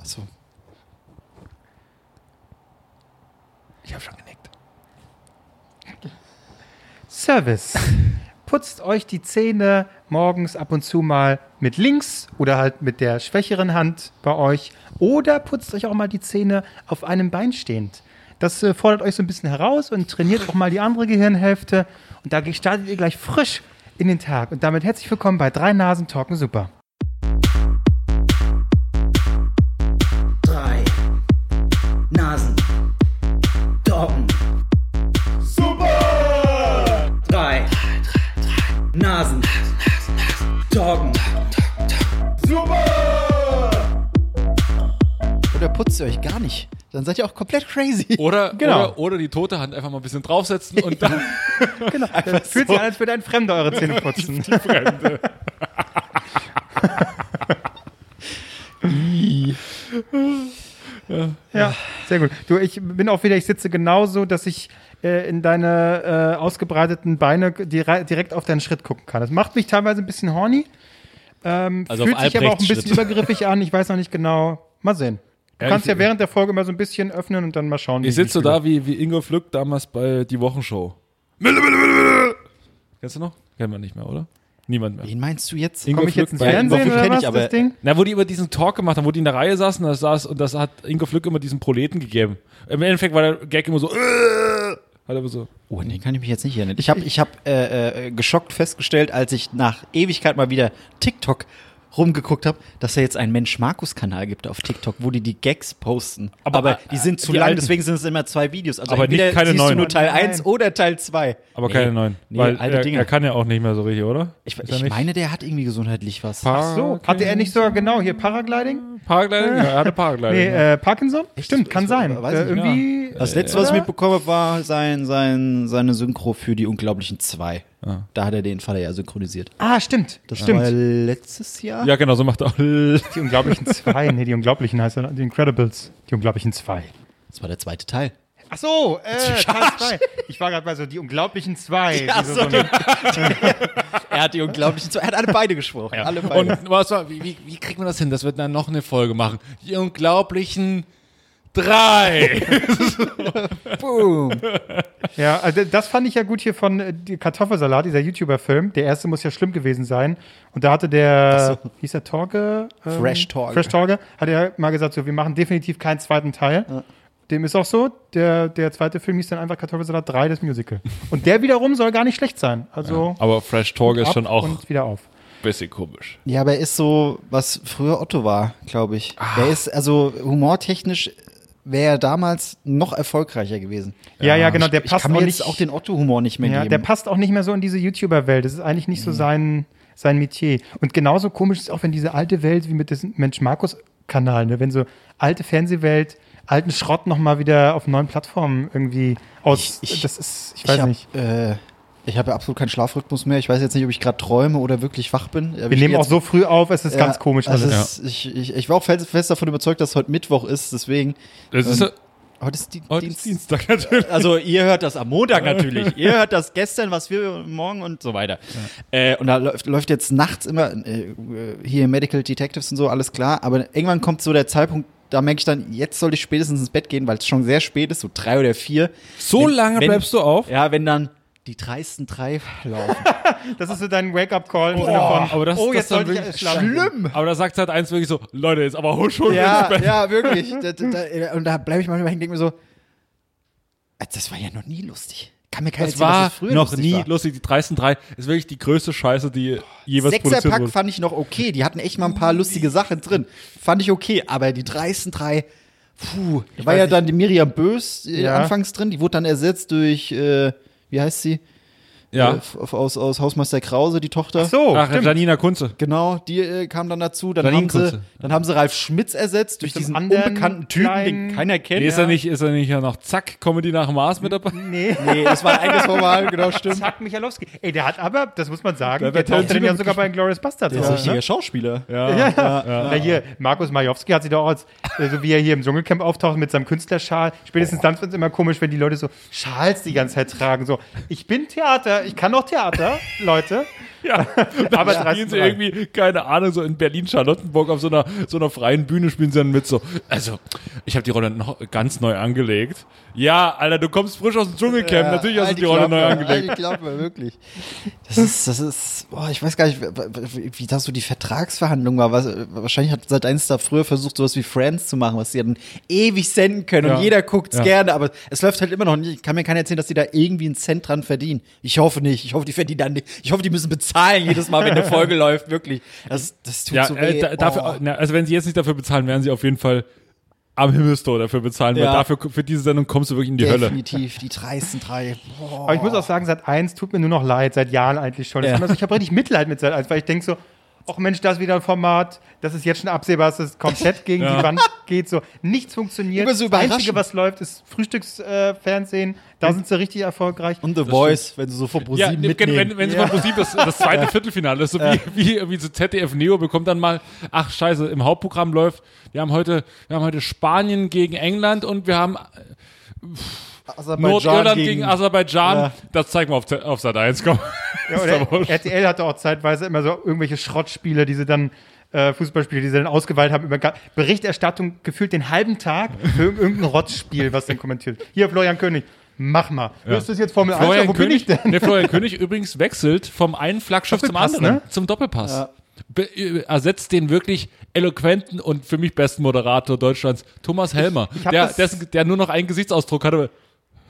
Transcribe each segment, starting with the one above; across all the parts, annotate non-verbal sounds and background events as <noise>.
Achso. Ich habe schon genickt. Service. Putzt euch die Zähne morgens ab und zu mal mit links oder halt mit der schwächeren Hand bei euch. Oder putzt euch auch mal die Zähne auf einem Bein stehend. Das äh, fordert euch so ein bisschen heraus und trainiert auch mal die andere Gehirnhälfte. Und da startet ihr gleich frisch in den Tag. Und damit herzlich willkommen bei Drei Nasen Talken Super. drei Nasen. Doggen. Super! Drei, Nasen. Doggen. Oder putzt ihr euch gar nicht? Dann seid ihr auch komplett crazy. <laughs> Oder, Genau. oder, oder die tote Hand einfach mal ein bisschen draufsetzen <laughs> und dann Genau. Fühlt sich an, als würde ein Fremder eure <laughs> Zähne putzen. <laughs> Ja, sehr gut. Du, ich bin auch wieder, ich sitze genauso, dass ich äh, in deine äh, ausgebreiteten Beine dire direkt auf deinen Schritt gucken kann. Das macht mich teilweise ein bisschen horny. Ähm, Also auf fühlt sich aber auch ein bisschen Albrechts Schritt. übergriffig an. Ich weiß noch nicht genau. Mal sehen. Du Ja, kannst ich- ja während der Folge mal so ein bisschen öffnen und dann mal schauen. wie Ich sitze die da wie, wie Ingo Flück damals bei Die Wochenshow. Mille, mille, mille, mille. Kennst du noch? Kennen wir nicht mehr, oder? Niemand mehr. Wen meinst du jetzt? Ingo Komme ich jetzt ins Flück bei- Fernsehen Wochen oder kenn was, ich, aber- das Ding? Na, wo die über diesen Talk gemacht haben, wo die in der Reihe saßen, das saß, und das hat Ingo Flück immer diesen Proleten gegeben. Im Endeffekt war der Gag immer so, äh, hat aber so. Oh, nee, kann ich mich jetzt nicht erinnern. Ich habe ich hab, äh, äh, geschockt festgestellt, als ich nach Ewigkeit mal wieder TikTok rumgeguckt habe, dass da jetzt einen Mensch-Markus-Kanal gibt auf TikTok, wo die die Gags posten. Aber, Aber, äh, die sind zu die lang, alten. deswegen sind es immer zwei Videos. Also Aber entweder nicht keine siehst neuen. du nur Teil Nein. 1 oder Teil 2. Aber keine neuen. Nee, weil alte er, Dinge. er kann ja auch nicht mehr so richtig, oder? ich Ist er ich nicht- meine, der hat irgendwie gesundheitlich was. Par- So, hatte er nicht sogar genau hier Paragliding? <laughs> Paragliding? Ja, er hatte genau. Paragliding. Nee, ja. äh, Parkinson? Stimmt, kann sein. weiß äh, ich nicht. irgendwie. Das letzte, was ich oder? mitbekommen habe, war sein, sein, seine Synchro für die Unglaublichen 2. Da hat er den Vater ja synchronisiert. Ah, stimmt. Das Ah. stimmt. war letztes Jahr? ja, genau, so macht er auch. Die Unglaublichen zwei, nee, die Unglaublichen heißt er, die Incredibles. Die Unglaublichen zwei. Das war der zweite Teil. Ach so, äh, Teil 2. Ich war gerade bei so die Unglaublichen zwei. Ja, wie so, so. so eine, Er hat die Unglaublichen 2. Er hat alle beide gesprochen. Alle beide. Und was war, wie, wie, wie kriegt man das hin, dass wir dann noch eine Folge machen? Die unglaublichen drei. boom. ja, also das fand ich ja gut hier von äh, die Kartoffelsalat, dieser YouTuber-Film. Der erste muss ja schlimm gewesen sein. Und da hatte der, hieß der Torge? Ähm, Fresh Torge. Fresh Torge, hat er mal gesagt, so, wir machen definitiv keinen zweiten Teil. Dem ist auch so, der, der zweite Film hieß dann einfach Kartoffelsalat 3, das Musical. Und der wiederum soll gar nicht schlecht sein. Also Aber Fresh Talk ist ab schon auch ein und wieder auf. bisschen komisch. Ja, aber er ist so, was früher Otto war, glaube ich. Er ist, also humortechnisch wäre er damals noch erfolgreicher gewesen. Ja, ja, genau, der ich, passt ich kann mir auch jetzt nicht- auch den Otto-Humor nicht mehr Ja, geben. der passt auch nicht mehr so in diese YouTuber-Welt. Das ist eigentlich nicht so sein, sein Metier. Und genauso komisch ist auch, wenn diese alte Welt wie mit diesem Mensch-Markus-Kanal, ne? wenn so alte Fernsehwelt alten Schrott nochmal wieder auf neuen Plattformen irgendwie aus. Ich- ich- das ist, ich weiß hab, nicht. Äh, ich habe absolut keinen Schlafrhythmus mehr. Ich weiß jetzt nicht, ob ich gerade träume oder wirklich wach bin. Äh, Wir nehmen auch so früh auf, es ist ganz komisch Also alles. ist, ich, ich, ich war auch fest, fest davon überzeugt, dass heute Mittwoch ist. Deswegen, Das ist, Ähm, heute ist die heute ist Dienstag natürlich. Also ihr hört das <laughs> am Montag natürlich. ihr hört das gestern, was wir morgen und so weiter. Äh, und da läuft, läuft jetzt nachts immer äh, hier Medical Detectives und so, alles klar. Aber irgendwann kommt so der Zeitpunkt, da merke ich dann, jetzt soll ich spätestens ins Bett gehen, weil es schon sehr spät ist, so drei oder vier. So Wenn- lange wenn- bleibst du auf? Ja, wenn dann die dreisten drei laufen. Das ist so dein Wake-up-Call im Sinne Boah, von, aber das- oh, das jetzt dann sollte ich wirklich alles schlafen. gehen. Aber da sagt halt eins wirklich so, Leute, ist aber auch schon ins ja, Bett. ja, wirklich. Da, da, da, und da bleibe ich manchmal hängen, denke mir so, äh, das war ja noch nie lustig. Kann mir keiner Es erzählen, dass war es früher noch lustig nie war. lustig. Die dreisten drei ist wirklich die größte Scheiße, die jeweils produziert Sechserpack wurde. fand ich noch okay. Die hatten echt mal ein paar lustige Sachen drin. Fand ich okay. Aber die dreisten drei, puh. Da war ja dann die Miriam Bös äh, Ja. anfangs drin. Die wurde dann ersetzt durch, äh, wie heißt sie? Äh, Ja. f- aus, aus Hausmeister Krause, die Tochter. Ach so, Ach, Oh, stimmt. Janina Kunze. Genau, die äh, kam dann dazu. Dann Janine haben, sie, Kunze. dann haben sie Ralf Schmitz ersetzt durch Mit diesen einem anderen unbekannten Typen, kleinen- den keiner kennt. Nee, ist er nicht, ist er nicht ja noch Zack, Comedy nach Mars mit dabei? Nee. Nee, das war ein eigenes Format, genau, stimmt. Zack Michalowski. Ey, der hat aber, das muss man sagen, Da der wird taucht Tarantino ja sogar bei Glorious Bastards Das ist ein auf, ne? richtiger Schauspieler. Ja, ja. Na hier, Markus Majowski hat sich doch auch, als, äh, so wie er hier im Dschungelcamp auftaucht mit seinem Künstlerschal. Spätestens dann wird es immer komisch, wenn die Leute so Schals die ganze Zeit tragen. So, ich bin Theater, ich kann auch Theater, Leute. <laughs> Ja, aber Aber dann spielen sie 3:3. irgendwie, keine Ahnung, so in Berlin-Charlottenburg auf so einer, so einer freien Bühne spielen sie dann mit so, also, ich habe die Rolle noch ganz neu angelegt. Ja, Alter, du kommst frisch aus dem Dschungelcamp, natürlich hast du halt die Rolle neu Klappe, angelegt. halt die Klappe, wirklich. Das ist, das ist, boah, ich weiß gar nicht, wie wie das so die Vertragsverhandlung war. Was, wahrscheinlich hat seit eins da früher versucht, sowas wie Friends zu machen, was sie dann ewig senden können Ja. und jeder guckt's Ja. gerne, aber es läuft halt immer noch nicht. Kann mir keiner erzählen, dass die da irgendwie einen Cent dran verdienen. Ich hoffe nicht. Ich hoffe, die verdienen dann nicht. Ich hoffe, die müssen bezahlen jedes Mal, wenn eine Folge <laughs> läuft, wirklich. Das, das tut Ja, so weh. äh, da, dafür, oh. na, also wenn sie jetzt nicht dafür bezahlen, werden sie auf jeden Fall am Himmelstor dafür bezahlen, weil Ja. dafür, für diese Sendung kommst du wirklich in die Hölle. Definitiv, die dreisten drei. Boah. Aber ich muss auch sagen, Sat 1 tut mir nur noch leid, seit Jahren eigentlich schon. Das Ja. ist immer so, ich habe richtig Mitleid mit Sat 1, weil ich denke so, ach Mensch, das ist wieder ein Format, das ist jetzt schon absehbar, dass es komplett gegen Ja. die Wand geht, so nichts funktioniert. Immer so das überraschend. Einzige, was läuft, ist Frühstücksfernsehen, äh, Fernsehen. da sind sie richtig erfolgreich. Und The Voice, wenn du so vor Ja, ProSieben wenn, mitnehmen. wenn, wenn sie mal ProSieben das, das <laughs> zweite Viertelfinale ist, so wie, wie, irgendwie so ZDF Neo bekommt dann mal, ach scheiße, im Hauptprogramm läuft, wir haben heute, wir haben heute Spanien gegen England und wir haben Nordirland gegen, Aserbaidschan. Ja. Das zeigen wir auf, Z- auf Sat 1, <laughs> komm. Ja, oder RTL hatte auch zeitweise immer so irgendwelche Schrottspiele, die sie dann, äh, Fußballspiele, die sie dann ausgeweiht haben, über ga- Berichterstattung gefühlt den halben Tag für irg- irgendein Rotzspiel, was dann kommentiert. wird. Hier, Florian König, mach mal. Ist das jetzt Formel 1? Florian Wo bin ich König, denn? Der Florian König übrigens wechselt vom einen Flaggschiff zum Doppelpass, anderen, ne? zum Doppelpass. Be äh, ersetzt den wirklich eloquenten und für mich besten Moderator Deutschlands, Thomas Helmer, hab der, das- dessen, der nur noch einen Gesichtsausdruck hatte.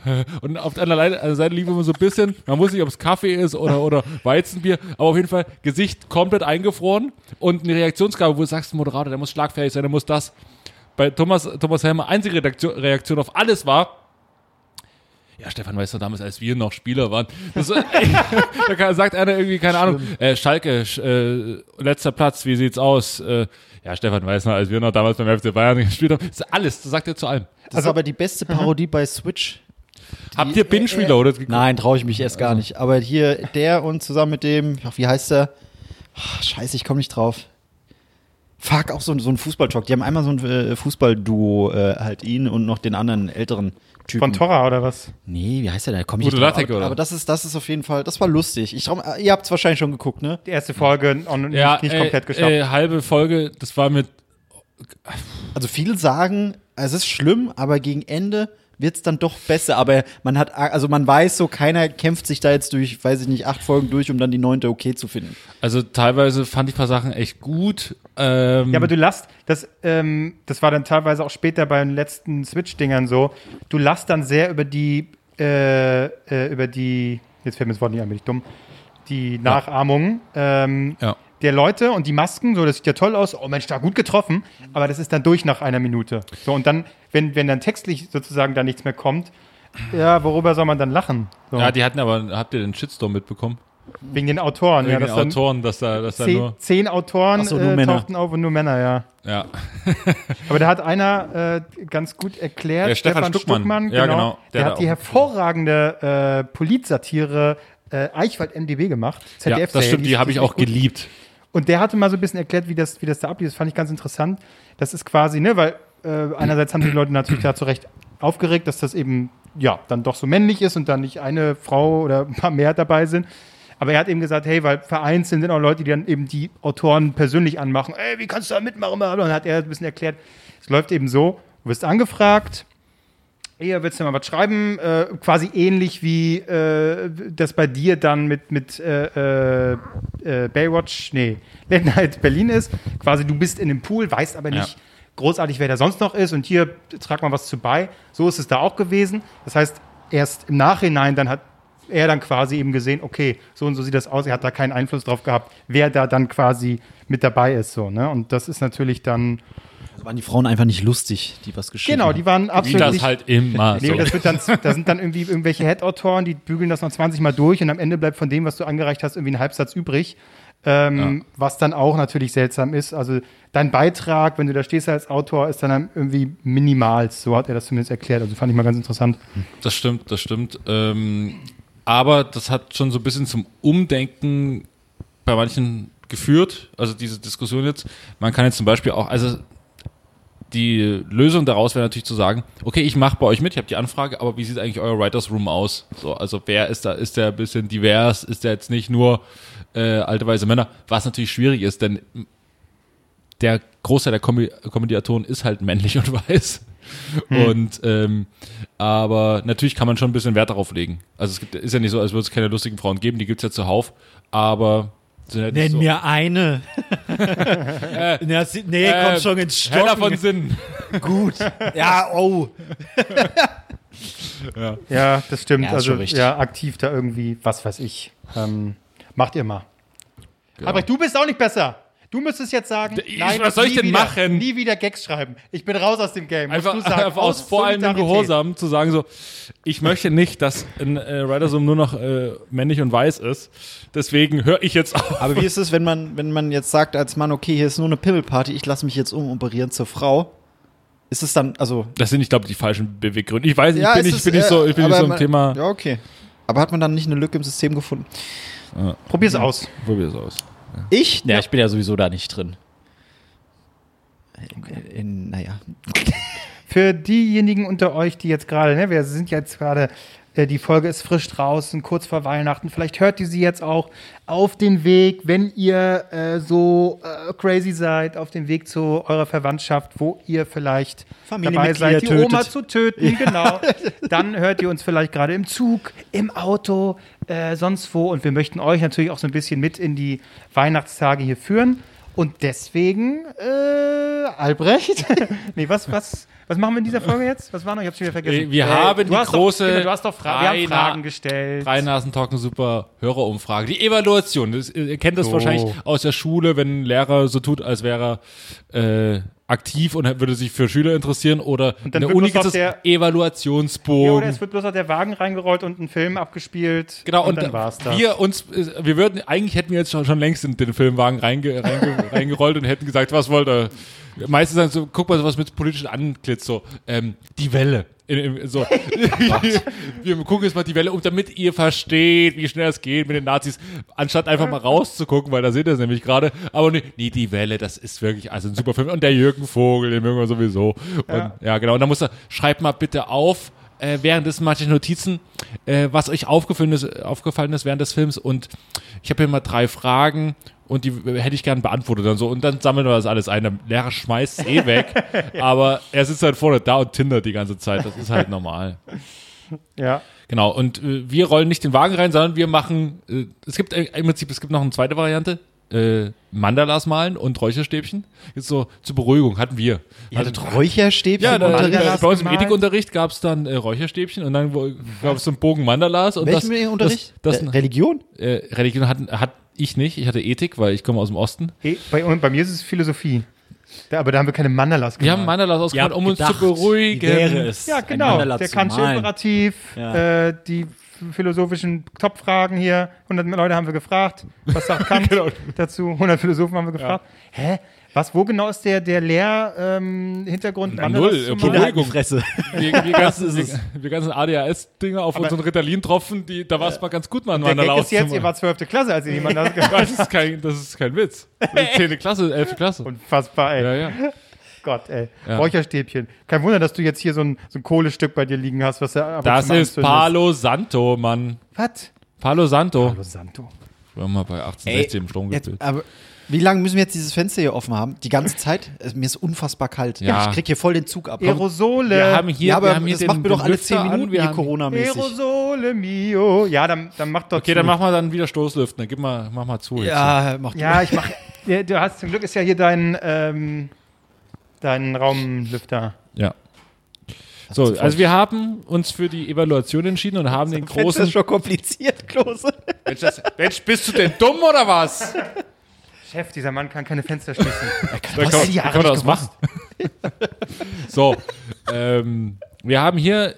<laughs> Und auf der anderen Seite- Seite lief immer so ein bisschen, man muss nicht, ob es Kaffee ist oder, oder Weizenbier, aber auf jeden Fall Gesicht komplett eingefroren und eine Reaktionsgabe, wo du sagst, Moderator, der muss schlagfähig sein, der muss das. Bei Thomas, Thomas Helmer einzige Redaktion, Reaktion auf alles war, ja, Stefan, weißt du, damals, als wir noch Spieler waren, das, ey, da kann, sagt einer irgendwie, keine Ahnung, äh, Schalke, sch, äh, letzter Platz, wie sieht's aus? Äh, ja, Stefan, weißt du, als wir noch damals beim FC Bayern gespielt haben, das ist alles, das sagt er zu allem. Das ist aber die beste Parodie bei Switch. Also. Habt ihr äh, Binge Reloaded geguckt? Nein, traue ich mich erst gar nicht. Aber hier der und zusammen mit dem, ach, wie heißt der? Ach, scheiße, ich komme nicht drauf. Fuck, auch so, ein- so ein Fußballtalk. Die haben einmal so ein äh, Fußballduo, äh, halt ihn und noch den anderen älteren Typen. Von Torra oder was? Nee, wie heißt der denn? Komm ich Udo nicht drauf. Lattek, aber, oder? aber das ist, das ist auf jeden Fall, das war lustig. Ich trau, ihr habt es wahrscheinlich schon geguckt, ne? Die erste Folge und Ja, nicht, nicht äh, komplett geschafft. Äh, halbe Folge, das war mit, Also viele sagen, es ist schlimm, aber gegen Ende wird's dann doch besser. Aber man hat, also man weiß so, keiner kämpft sich da jetzt durch, weiß ich nicht, acht Folgen durch, um dann die neunte okay zu finden. also teilweise fand ich ein paar Sachen echt gut. Ähm, Ja, aber du lasst, das, ähm, das war dann teilweise auch später bei den letzten Switch-Dingern so, du lasst dann sehr über die, äh, äh, über die, jetzt fällt mir das Wort nicht ein, bin ich dumm, die Nachahmung ähm, Ja. der Leute und die Masken, so, das sieht ja toll aus, oh Mensch, da gut getroffen, aber das ist dann durch nach einer Minute. So, und dann, wenn, wenn dann textlich sozusagen da nichts mehr kommt, ja, worüber soll man dann lachen? So, ja, die hatten aber, habt ihr den Shitstorm mitbekommen? wegen den Autoren, Wegen ja, den das dann Autoren, dass da, dass da zehn, nur, zehn Autoren Ach so, nur äh, Männer. tauchten auf und nur Männer, ja. ja. Aber da hat einer äh, ganz gut erklärt, Der Stefan Stuckmann. genau, Ja, genau. Der der, hat hat die auch- hervorragende äh, Politsatire äh, Eichwald MDB gemacht. ja, ZDF -Serie, das stimmt, die ist habe ich richtig auch gut. geliebt. Und der hatte mal so ein bisschen erklärt, wie das, wie das da ablief. Das fand ich ganz interessant. Das ist quasi, ne, weil äh, einerseits haben die Leute natürlich da zu Recht aufgeregt, dass das eben, ja, dann doch so männlich ist und dann nicht eine Frau oder ein paar mehr dabei sind. Aber er hat eben gesagt, hey, weil vereinzelt sind auch Leute, die dann eben die Autoren persönlich anmachen. Ey, wie kannst du da mitmachen? Und dann hat er ein bisschen erklärt, es läuft eben so, du wirst angefragt, Eher willst du mal was schreiben, äh, quasi ähnlich wie äh, das bei dir dann mit, mit äh, äh, äh, Baywatch, nee, <laughs> Late Night Berlin ist. Quasi du bist in dem Pool, weißt aber nicht Ja. großartig, wer da sonst noch ist und hier trag mal was zu bei. So ist es da auch gewesen. Das heißt, erst im Nachhinein dann hat er dann quasi eben gesehen, okay, so und so sieht das aus. Er hat da keinen Einfluss drauf gehabt, wer da dann quasi mit dabei ist. So, ne? Und das ist natürlich dann, Also waren die Frauen einfach nicht lustig, die was geschrieben genau, haben. die <laughs> waren Wie absolut das nicht- halt immer Nee, so. das wird dann, da sind dann irgendwie irgendwelche Head-Autoren, die bügeln das noch 20 Mal durch und am Ende bleibt von dem, was du angereicht hast, irgendwie ein Halbsatz übrig. Ähm, Was dann auch natürlich seltsam ist. Also dein Beitrag, wenn du da stehst als Autor, ist dann irgendwie minimal. So hat er das zumindest erklärt. Also fand ich mal ganz interessant. Das stimmt, das stimmt. Ähm, aber das hat schon so ein bisschen zum Umdenken bei manchen geführt. Also diese Diskussion jetzt. Man kann jetzt zum Beispiel auch, also die Lösung daraus wäre natürlich zu sagen, okay, ich mache bei euch mit, ich habe die Anfrage, aber wie sieht eigentlich euer Writers Room aus? So, also wer ist da, ist der ein bisschen divers, ist der jetzt nicht nur äh, alte weiße Männer, was natürlich schwierig ist, denn der Großteil der Kom Komödiatoren ist halt männlich <laughs> und weiß. Hm. Und ähm, aber natürlich kann man schon ein bisschen Wert darauf legen. Also es gibt, ist ja nicht so, als würde es keine lustigen Frauen geben, die gibt's ja zuhauf, aber sind halt nicht Nenn so. mir <laughs> eine. Na, sie- nee, Äh, komm schon ins Herr Stocken. davon Sinn. Gut. <laughs> Ja, oh. Ja, das stimmt. Ja, ist also schon richtig. ja, aktiv da irgendwie, was weiß ich. Ähm, macht ihr mal. Genau. Albrecht, du bist auch nicht besser. Du müsstest jetzt sagen, Ich- nein, was soll ich nie denn wieder, machen? Nie wieder Gags schreiben. Ich bin raus aus dem Game. musst Einfach, du sagen, einfach <laughs> aus voreilendem Solidarität. Gehorsam zu sagen so, ich möchte nicht, dass ein äh, Rider Zoom nur noch äh, männlich und weiß ist. Deswegen höre ich jetzt auf. Aber wie ist es, wenn man, wenn man jetzt sagt als Mann, okay, hier ist nur eine Pimmelparty, ich lasse mich jetzt umoperieren zur Frau? Ist es dann, also. Das sind, ich glaube, die falschen Beweggründe. Ich weiß, ich ja, bin, ist nicht, es, ich bin nicht äh, so, ich bin nicht aber so im man- Thema. Ja, okay. Aber hat man dann nicht eine Lücke im System gefunden? Probier's aus. Probier es aus. Ich? Ja, ich bin ja sowieso da nicht drin. In, in, naja. Für diejenigen unter euch, die jetzt gerade, ne, wir sind jetzt gerade, äh, die Folge ist frisch draußen, kurz vor Weihnachten. Vielleicht hört ihr sie jetzt auch auf den Weg, wenn ihr äh, so äh, crazy seid, auf dem Weg zu eurer Verwandtschaft, wo ihr vielleicht Familie dabei mit seid, die Glieder Oma tötet. zu töten. Genau. Dann hört ihr uns vielleicht gerade im Zug, im Auto, äh, sonst wo. Und wir möchten euch natürlich auch so ein bisschen mit in die Weihnachtstage hier führen. Und deswegen, äh, Albrecht, nee, was, was, was machen wir in dieser Folge jetzt? Was war noch? Ich hab's schon wieder vergessen. Äh, wir haben du die hast große Doch, genau, du hast doch Fra wir haben Reina- Fragen gestellt. Drei Nasen talken super Hörerumfrage. Die Evaluation. Das, äh, ihr kennt das So. wahrscheinlich aus der Schule, wenn ein Lehrer so tut, als wäre er äh, aktiv und würde sich für Schüler interessieren oder in dann der wird Uni bloß noch gibt es der- Ja, oder Evaluationsbogen. es wird bloß noch der Wagen reingerollt und ein Film abgespielt. Genau, und, und, dann war's das. wir uns, äh, wir würden, eigentlich hätten wir jetzt schon, schon längst in den Filmwagen reinge, <laughs> reinge, reingerollt und hätten gesagt, was wollt ihr? Meistens sagen so, guck mal, was mit politischen Anklitz, so, ähm, die Welle. In, in, <laughs> so. wir gucken jetzt mal die Welle, um damit ihr versteht, wie schnell es geht mit den Nazis, anstatt einfach mal rauszugucken, weil da seht ihr es nämlich gerade. Aber nee, nee, die Welle, das ist wirklich also ein super Film. Und der Jürgen Vogel, den mögen wir sowieso. Und, ja. genau. Und dann muss er, schreibt mal bitte auf, äh, während des manchen Notizen, äh, was euch aufgefallen ist, aufgefallen ist während des Films. Und ich habe hier mal drei Fragen und die äh, hätte ich gern beantwortet dann so. Und dann sammeln wir das alles ein. Der Lehrer schmeißt es eh weg. aber er sitzt halt vorne da und tindert die ganze Zeit. Das ist halt normal. ja. Genau, und äh, wir rollen nicht den Wagen rein, sondern wir machen, äh, es gibt äh, im Prinzip, es gibt noch eine zweite Variante, äh, Mandalas malen und Räucherstäbchen. Jetzt so zur Beruhigung hatten wir. Hatte Räucherstäbchen? ja, da, Unterricht? bei, Mandalas bei uns im gemalt? Ethikunterricht gab es dann äh, Räucherstäbchen und dann gab es so einen Bogen Mandalas. Und Welchen das, Unterricht? Das, Re- das, Religion? äh, Religion hat, hat ich nicht, ich hatte Ethik, weil ich komme aus dem Osten. Hey, bei, und bei mir ist es Philosophie. Da, aber da haben wir keine Mandalas Wir haben Mandalas Ihr ausgemalt, habt um uns gedacht, zu beruhigen. Wie wäre es, Ja, ein genau. Mandala Der zu Kantsche malen? Imperativ, Ja. äh, die f- philosophischen Top-Fragen hier. 100 Leute haben wir gefragt. <laughs> Was sagt Kant Genau. dazu? 100 Philosophen haben wir gefragt. Hä? Was, wo genau ist der, ähm, der Lehr-Hintergrund? Na, null, äh, Kinder Beruhigung. halten die Fresse. Wir, wir ganzen, ist es. wir, wir ganzen ADHS-Dinger auf unseren Ritalin-Tropfen, die, da war es mal ganz gut, mal einen der Gag Mandala ist jetzt, auszumachen. ihr war 12. Klasse, als ihr <laughs> die Mandalas gemacht habt. Das ist kein, das ist kein Witz. Das ist 10. Klasse, 11. Klasse. Unfassbar, ey. Ja, ja. Gott, ey. Ja. Räucherstäbchen. Kein Wunder, dass du jetzt hier so ein, so ein Kohlestück bei dir liegen hast, was du ab und Das zu mal ist anzündest. Palo Santo, Mann. Was? Palo Santo. Hallo, Santo. Wir haben mal bei 1860 im Strom Jetzt, gespielt. aber wie lange müssen wir jetzt dieses Fenster hier offen haben? Die ganze Zeit? Es- Mir ist unfassbar kalt. Ja. Ich krieg hier voll den Zug ab. Aerosole. Wir haben hier, ja, aber wir haben hier das den, macht mir den doch alle Lüfter 10 Minuten an, wir hier haben- Corona-mäßig. Aerosole mio. Ja, dann, dann mach doch Okay, zu. dann machen wir dann wieder Stoßlüften. Dann gib mal, mach mal zu. jetzt. Ja, macht Ja, ich mach. Ja, du hast zum Glück ist ja hier dein, ähm, dein Raumlüfter. ja. So, also wir haben uns für die Evaluation entschieden und haben den Fenster großen. ist schon kompliziert, Klose. Mensch, das- Mensch, bist du denn dumm oder was? Chef, dieser Mann kann keine <laughs> Fenster schließen. Da kann, man- kann man das machen. <laughs> so, ähm, wir haben hier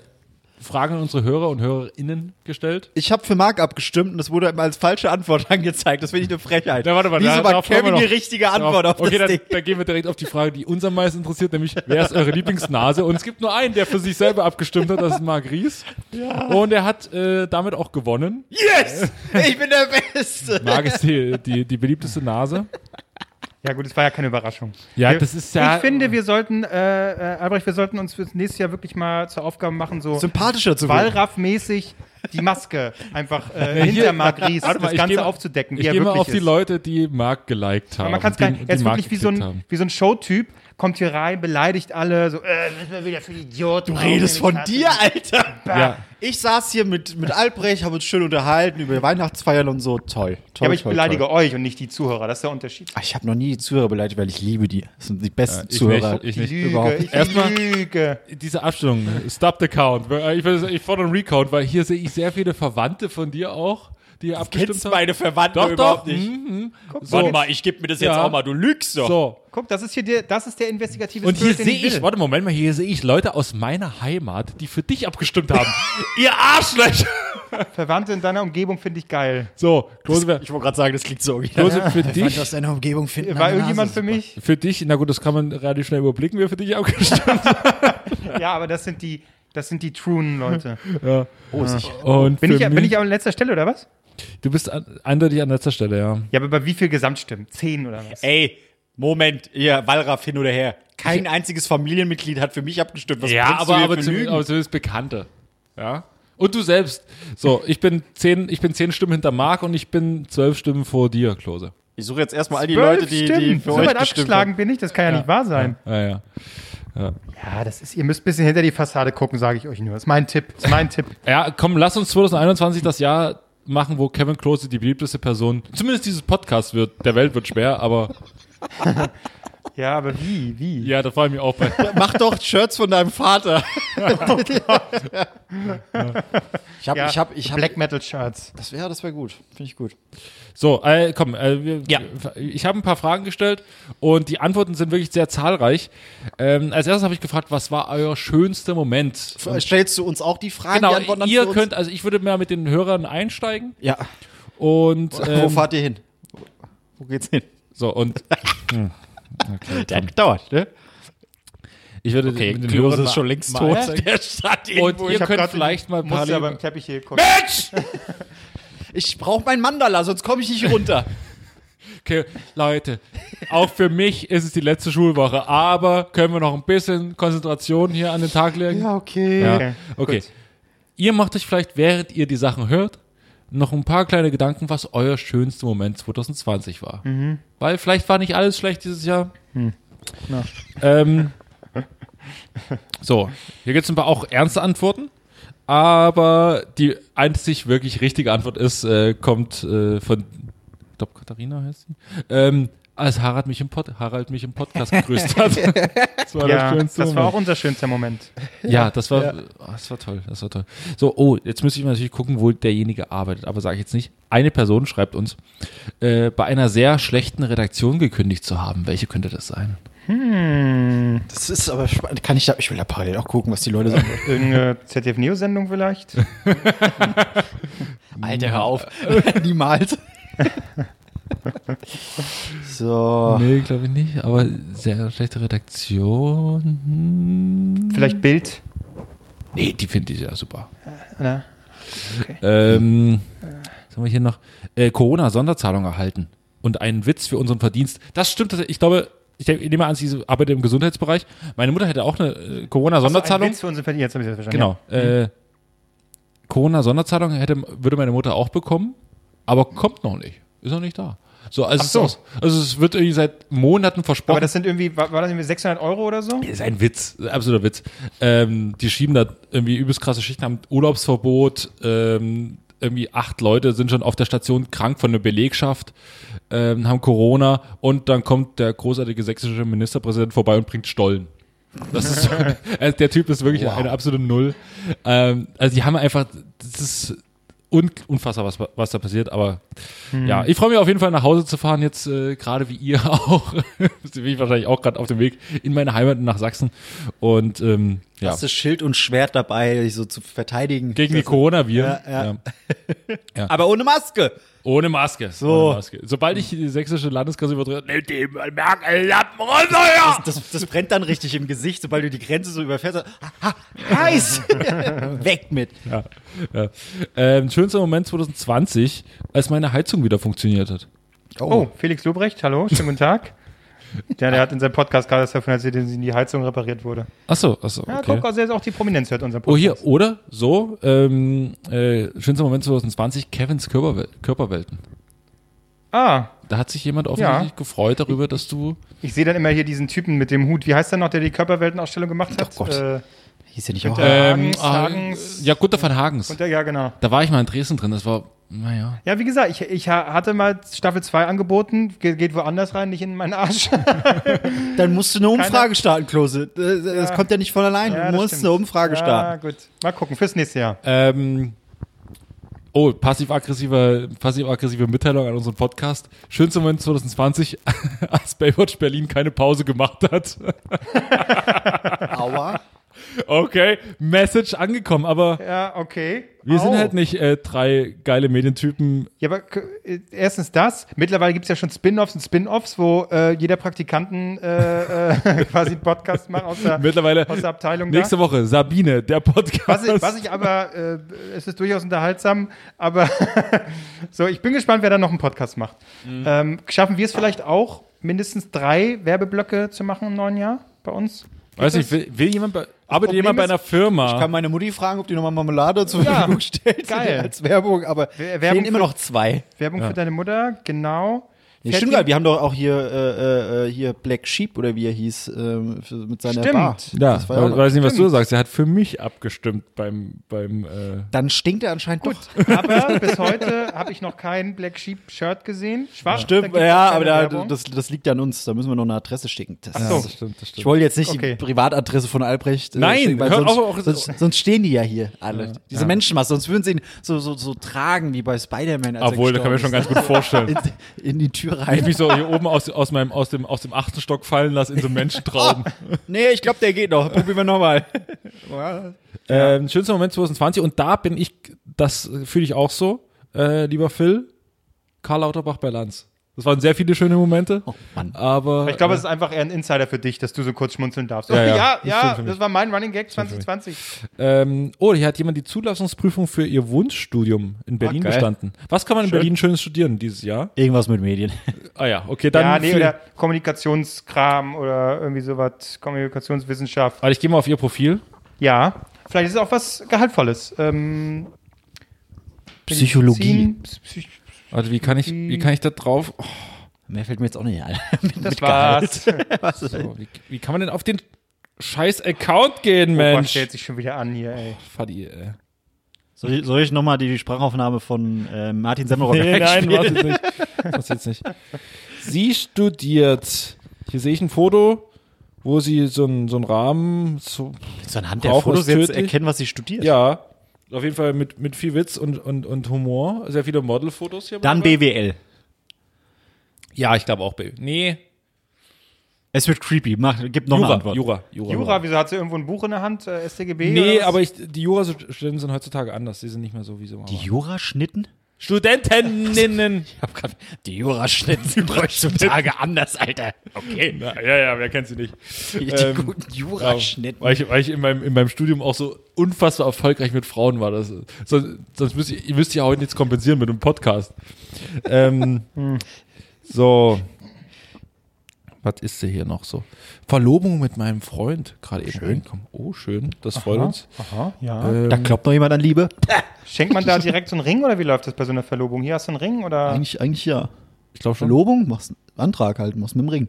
Fragen an unsere Hörer und Hörerinnen gestellt. Ich habe für Marc abgestimmt und es wurde immer als falsche Antwort <laughs> angezeigt. Das finde ich eine Frechheit. Na, warte mal, da- Wieso war darauf kommen wir Kevin die noch. richtige Antwort auf okay, das dann, Ding? dann gehen wir direkt auf die Frage, die uns am meisten interessiert, nämlich wer ist eure Lieblingsnase? Und es gibt nur einen, der für sich selber abgestimmt hat, das ist Marc Ries. Und er hat äh, damit auch gewonnen. Yes! Ich bin der Beste! Marc ist die, die, die beliebteste Nase. Ja gut, es war ja keine Überraschung. Ja, wir, das ist ja- Ich finde, wir sollten, äh, äh, Albrecht, wir sollten uns fürs nächste Jahr wirklich mal zur Aufgabe machen, so Sympathischer zu werden. Wallraff-mäßig die Maske einfach <laughs> äh, hier- hinter Marc Ries, Warte mal, das ich Ganze geh mal- aufzudecken, wie Ich er gehe wirklich mal auf ist. die Leute, die Mark geliked haben. Aber man kann es die- gar nicht, die er ist Mark wirklich wie so, geklickt ein, haben. wie so ein Showtyp, kommt hier rein, beleidigt alle, so, äh, was ist mal wieder für ein Idiot. Du redest von dir, Alter. Ja. Ich saß hier mit, mit Albrecht, haben uns schön unterhalten über Weihnachtsfeiern und so. Toll. toll Ja, aber ich toll, beleidige toll. euch und nicht die Zuhörer, das ist der Unterschied. Ach, Ich habe noch nie die Zuhörer beleidigt, weil ich liebe die. Das sind die besten Äh, ich Zuhörer. nicht, ich nicht. Lüge, überhaupt ich nicht. Erstmal- lüge. Diese Abstimmung, stop the count. äh, Ich, will- ich fordere einen Recount, weil hier sehe ich sehr viele Verwandte von dir auch, die hier abgestimmt haben. Verwandten Doch, doch. nicht. Mhm. Warte mal, ich gebe mir das jetzt Ja. auch mal. Du lügst doch. So. Guck, das ist hier der, das ist der investigative Und hier Spirit, den sehe ich, will. warte Moment mal, hier sehe ich Leute aus meiner Heimat, die für dich abgestimmt haben. Ihr Arschlöcher! Verwandte in deiner Umgebung finde ich geil. <laughs> So, Klose, wär- Ich wollte gerade sagen, das klingt so original. Klose für Dich dich. aus deiner Umgebung finden. War an der irgendjemand Nase. für mich? Für dich, na gut, das kann man relativ schnell überblicken, wer für dich abgestimmt hat. Ja, aber das sind die, das sind die truen Leute. <laughs> Oh, Und Bin für ich, bin mich- ich an letzter Stelle oder was? du bist an, eindeutig an letzter Stelle, ja. Ja, aber bei wie viel Gesamtstimmen? Zehn oder was? Ey, Moment, ihr Wallraff hin oder her. Kein einziges Familienmitglied hat für mich abgestimmt. Was Ja, bringst du aber, hier aber, für zumindest, Lügen? aber zumindest Bekannte. Ja. Und du selbst. So, ich bin zehn, ich bin zehn Stimmen hinter Marc und ich bin zwölf Stimmen vor dir, Klose. Ich suche jetzt erstmal all die Zwölf Leute, die, die Stimmen. für so euch weit gestimmt abgeschlagen haben. bin ich, das kann ja, nicht wahr sein. Ja, ja. Ja, das ist, ihr müsst ein bisschen hinter die Fassade gucken, sage ich euch nur. Das ist mein Tipp. Das ist mein Tipp. Ja, komm, lass uns 2021 das Jahr machen, wo Kevin Klose die beliebteste Person, zumindest dieses Podcast wird, der Welt wird schwer, aber <laughs> Ja, aber wie, wie? ja, da freue ich mich auch bei. Mach doch Shirts von deinem Vater. ich habe, Ja, ich habe, ich habe. Black Metal Shirts. Das wäre, das wäre gut. Finde ich gut. So, äh, komm, äh, wir, Ja. ich habe ein paar Fragen gestellt und die Antworten sind wirklich sehr zahlreich. Ähm, als erstes habe ich gefragt, was war euer schönster Moment? Stellst du uns auch die Fragen? die Antworten Genau, dann ihr für uns? könnt, also ich würde mal mit den Hörern einsteigen Ja. und Wo ähm, fahrt ihr hin? Wo geht's hin? so und Der hat gedauert, ne? ich würde Okay, mit den Klose Hörern ist mal- schon längst mal tot. einsteigen. <laughs> Der stand Und irgendwo. ihr hab könnt grad- vielleicht mal ein paar Musste aber Liebe- im Teppich hier gucken. Mensch! Ich brauche mein Mandala, sonst komme ich nicht runter. Okay, Leute, auch für mich ist es die letzte Schulwoche, aber können wir noch ein bisschen Konzentration hier an den Tag legen? okay. Ja. Okay. Ihr macht euch vielleicht, während ihr die Sachen hört, noch ein paar kleine Gedanken, was euer schönster Moment 2020 war. Mhm. Weil vielleicht war nicht alles schlecht dieses Jahr. Hm. Ähm, so, hier gibt es ein paar auch ernste Antworten. Aber die einzig wirklich richtige Antwort ist, äh, kommt äh, von, ich glaube Katharina heißt sie, ähm, als Harald mich, im Pod Harald mich im Podcast gegrüßt <laughs> hat. das war der Ja, schönste das war Moment. auch unser schönster Moment. Ja, das war, oh, das war toll, das war toll. So, oh, jetzt müsste ich natürlich gucken, wo derjenige arbeitet, aber sage ich jetzt nicht. Eine Person schreibt uns, äh, bei einer sehr schlechten Redaktion gekündigt zu haben. Welche könnte das sein? Das ist aber spannend. Kann ich da, ich will da parallel auch gucken, was die Leute sagen. Irgendeine ZDF-Neo-Sendung vielleicht? Alter, hör <laughs> auf. Niemals. so. Nee, glaube ich nicht, aber sehr schlechte Redaktion. hm. vielleicht Bild? Nee, die finde ich ja super. Na? Ähm, was haben wir hier noch? Äh, Corona-Sonderzahlung erhalten und einen Witz für unseren Verdienst. Das stimmt, tatsächlich. ich glaube, ich denke- ich nehme an, sie arbeitet im Gesundheitsbereich. Meine Mutter hätte auch eine äh, Corona-Sonderzahlung. Ein Witz für unsere Verdienste. Jetzt habe ich das verstanden. Genau. Äh, Corona-Sonderzahlung hätte, würde meine Mutter auch bekommen, aber kommt noch nicht. Ist noch nicht da. So, also, Es, so. ist aus- also es wird irgendwie seit Monaten versprochen. Aber das sind irgendwie, war, war das irgendwie 600 Euro oder so? ist ein Witz, ein absoluter Witz. Ähm, die schieben da irgendwie übelst krasse Schichten, haben Urlaubsverbot, ähm, irgendwie acht Leute sind schon auf der Station krank von der Belegschaft, ähm, haben Corona und dann kommt der großartige sächsische Ministerpräsident vorbei und bringt Stollen. Das ist, also der Typ ist wirklich eine absolute Null. Ähm, also die haben einfach, das ist un unfassbar, was, was da passiert, aber ja, ich freue mich auf jeden Fall nach Hause zu fahren, jetzt äh, gerade wie ihr <laughs> auch. bin ich wahrscheinlich auch gerade auf dem Weg in meine Heimat nach Sachsen. Und ähm, ja, Hast du Schild und Schwert dabei, dich so zu verteidigen? gegen die Coronaviren. Ja, aber ohne Maske. Ohne Maske. So. Ohne Maske. Sobald ich die sächsische Landesgrenze übertrete, nehmt dem Merkel Lappen runter! Ja! Das, das brennt dann richtig im Gesicht, sobald du die Grenze so überfährst. Ha, ha, <laughs> heiß! Weg mit. Ja. Ähm, schönster Moment 2020, als meine Heizung wieder funktioniert hat. Oh. Oh, Felix Lobrecht, Oh, hallo, schönen guten Tag. Ja, der hat in seinem Podcast gerade das davon erzählt, dass in die Heizung repariert wurde. Achso, achso. Ja, okay. guck, also jetzt auch die Prominenz hört unseren Oh, Podcast. hier, oder so, ähm, äh, schönster Moment 2020, Kevins Körperwel Körperwelten. Ah, Da hat sich jemand offensichtlich Ja. gefreut darüber, dass du. ich sehe dann immer hier diesen Typen mit dem Hut. Wie heißt der noch, der die Körperweltenausstellung gemacht hat? Oh Gott. Äh, Hieß ja nicht auch. Äh, Ähm, Hagens, ah, Hagens. ja, Gunther van Hagens. und der, ja, genau. Da war ich mal in Dresden drin, das war, naja. Ja, wie gesagt, ich, ich ha- hatte mal Staffel 2 angeboten, Ge- geht woanders rein, nicht in meinen Arsch. Dann musst du eine Umfrage starten, Klose. Das, das kommt ja nicht von allein. Ja, das du musst stimmt. eine Umfrage Ja, starten. gut. Mal gucken, fürs nächste Jahr. Ähm, oh, passiv-aggressive passiv-aggressive Mitteilung an unseren Podcast. Schönster Moment 2020, <laughs> als Baywatch Berlin keine Pause gemacht hat. <laughs> Aua. Okay, Message angekommen, aber Ja, okay. Oh. wir Au. sind halt nicht äh, drei geile Medientypen. Ja, aber k- äh, erstens das. Mittlerweile gibt's ja schon Spin-offs und Spin-offs, wo äh, jeder Praktikanten äh, äh, <laughs> quasi einen Podcast macht aus <laughs> der, Mittlerweile aus der Abteilung. da. nächste Woche Sabine, der Podcast. Was ich, was ich aber, äh, es ist durchaus unterhaltsam, aber <laughs> so, ich bin gespannt, wer da noch einen Podcast macht. Mhm. Ähm, schaffen wir es vielleicht auch, mindestens drei Werbeblöcke zu machen im neuen Jahr bei uns? Weiß nicht, will, will jemand bei, arbeitet Problem jemand bei ist, einer Firma? Kann meine Mutti fragen, ob die nochmal Marmelade zur Verfügung stellt. geil. <laughs> Als Werbung, aber Wer- Werbung fehlen immer für- noch zwei. Werbung für deine Mutter, genau. Ja, Fährt stimmt die- gar nicht. Wir haben doch auch hier, äh, äh, hier Black Sheep oder wie er hieß, ähm, für, mit seiner Stimmt. Bar. ja, Das war ja auch noch- weiß nicht, was du sagst. Er hat für mich abgestimmt beim, beim äh, Dann stinkt er anscheinend <laughs> gut. Aber bis <laughs> heute habe ich noch kein Black Sheep Shirt gesehen. Schwarz. Stimmt, da gibt's ja, keine aber da, Werbung. das, das liegt ja an uns. Da müssen wir noch eine Adresse schicken. Das so. ist- das stimmt, das stimmt. Ich wollte jetzt nicht Okay. die Privatadresse von Albrecht. äh, Nein, schicken, weil hört sonst, auf, auch- sonst, sonst stehen die ja hier alle. Diese Menschenmasse, sonst würden sie ihn so, so, so tragen wie bei Spider-Man. als er Obwohl, da kann man schon gestorben ganz <laughs> gut vorstellen. ist. in, in die Tür Ich rein. mich so hier oben aus, aus, meinem, aus, dem, aus dem achten Stock fallen lasse in so einen Menschentraum. Nee, ich glaube, der geht noch. Probieren wir nochmal. Ähm, schönster Moment 2020 und da bin ich, das fühle ich auch so, äh, lieber Phil, Karl Lauterbach bei Lanz. Das waren sehr viele schöne Momente, <laughs> Oh Mann. aber Ich glaube, es ist einfach eher ein Insider für dich, dass du so kurz schmunzeln darfst. Ja, Okay, ja. ja, Das ja, stimmt für mich. das war mein Running Gag 2020. ähm, oh, hier hat jemand die Zulassungsprüfung für ihr Wunschstudium in Berlin geil. bestanden. Was kann man in Berlin schönes studieren dieses Jahr? Irgendwas mit Medien. <laughs> Ah ja, okay, dann Ja, nee, Phil. oder Kommunikationskram oder irgendwie sowas, Kommunikationswissenschaft. Aber ich gehe mal auf ihr Profil. Ja, vielleicht ist es auch was Gehaltvolles. Ähm, Psychologie. Medizin, Psych Also wie kann ich, wie kann ich da drauf? Oh, Mehr fällt mir jetzt auch nicht ein. Mit das war's. Oh wie, wie kann man denn auf den scheiß Account gehen, Man Mensch? stellt sich schon wieder an hier, ey. Fadi, äh. ey. Soll ich, soll ich nochmal die Sprachaufnahme von äh, Martin <laughs> Semmelrock einspielen? mach's jetzt nicht. Mach's jetzt nicht. Sie studiert. Hier sehe ich ein Foto, wo sie so einen so einen Rahmen, so, So anhand der Brauchen Fotos wir's jetzt tödlich? erkennen, was sie studiert. ja, auf jeden Fall mit, mit viel Witz und, und, und Humor. Sehr viele Modelfotos hier. Dann dabei. BWL. Ja, ich glaube auch B. Nee, Es wird creepy. Mach, gib noch eine Jura, Antwort. Jura, Jura. Jura, wieso hat sie irgendwo ein Buch in der Hand? Äh, StGB? Nee, oder was? aber ich, die Jurastudenten sind heutzutage anders. Die sind nicht mehr so wie sie mal Die waren. Jura-Schnitten? Studentinnen. Ich hab grad, die Jura-Schnitten sind <laughs> heutzutage anders, Alter. Okay. Na, ja, ja, wer kennt sie nicht? Die Ähm, guten Ja, Jura-Schnitten. weil ich, weil ich in, meinem, in meinem Studium auch so unfassbar erfolgreich mit Frauen war. Das, sonst sonst müsst ihr, ihr müsst ja heute nichts kompensieren mit einem Podcast. <laughs> ähm, Hm. so. Was ist sie hier noch so? Verlobung mit meinem Freund gerade eben. Schön. Oh, schön. Das freut uns. Aha, ja. Äh. da kloppt noch jemand an Liebe? Schenkt man da direkt so einen Ring oder wie läuft das bei so einer Verlobung? Hier hast du einen Ring oder? Eigentlich, eigentlich ja. Ich glaube schon. Verlobung? Machst einen Antrag halt, machst mit dem Ring.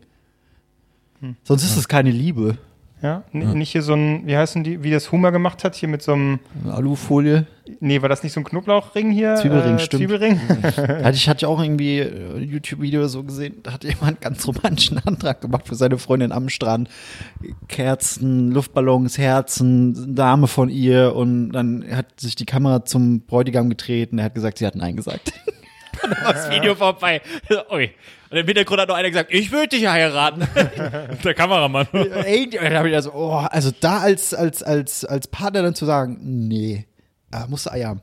Sonst ist es keine Liebe. Ja? N Nicht hier so ein, wie heißen die, wie das Humor gemacht hat, hier mit so einem, Eine Alufolie. nee, war das nicht so ein Knoblauchring hier? Äh, Zwiebelring, stimmt. Zwiebelring? Also Hatte ich, hatte ich auch irgendwie äh, ein YouTube-Video so gesehen, da hat jemand ganz romantischen Antrag gemacht für seine Freundin am Strand. Kerzen, Luftballons, Herzen, eine Dame von ihr und dann hat sich die Kamera zum Bräutigam gedreht und er hat gesagt, sie hat Nein gesagt. Das Video vorbei. <laughs> Ui. Und im Hintergrund hat noch einer gesagt, ich würde dich heiraten. <laughs> Der Kameramann. <laughs> Ey, und dann hab ich da so, oh, also da als, als, als, als Partner dann zu sagen, nee, da musst du Eier haben.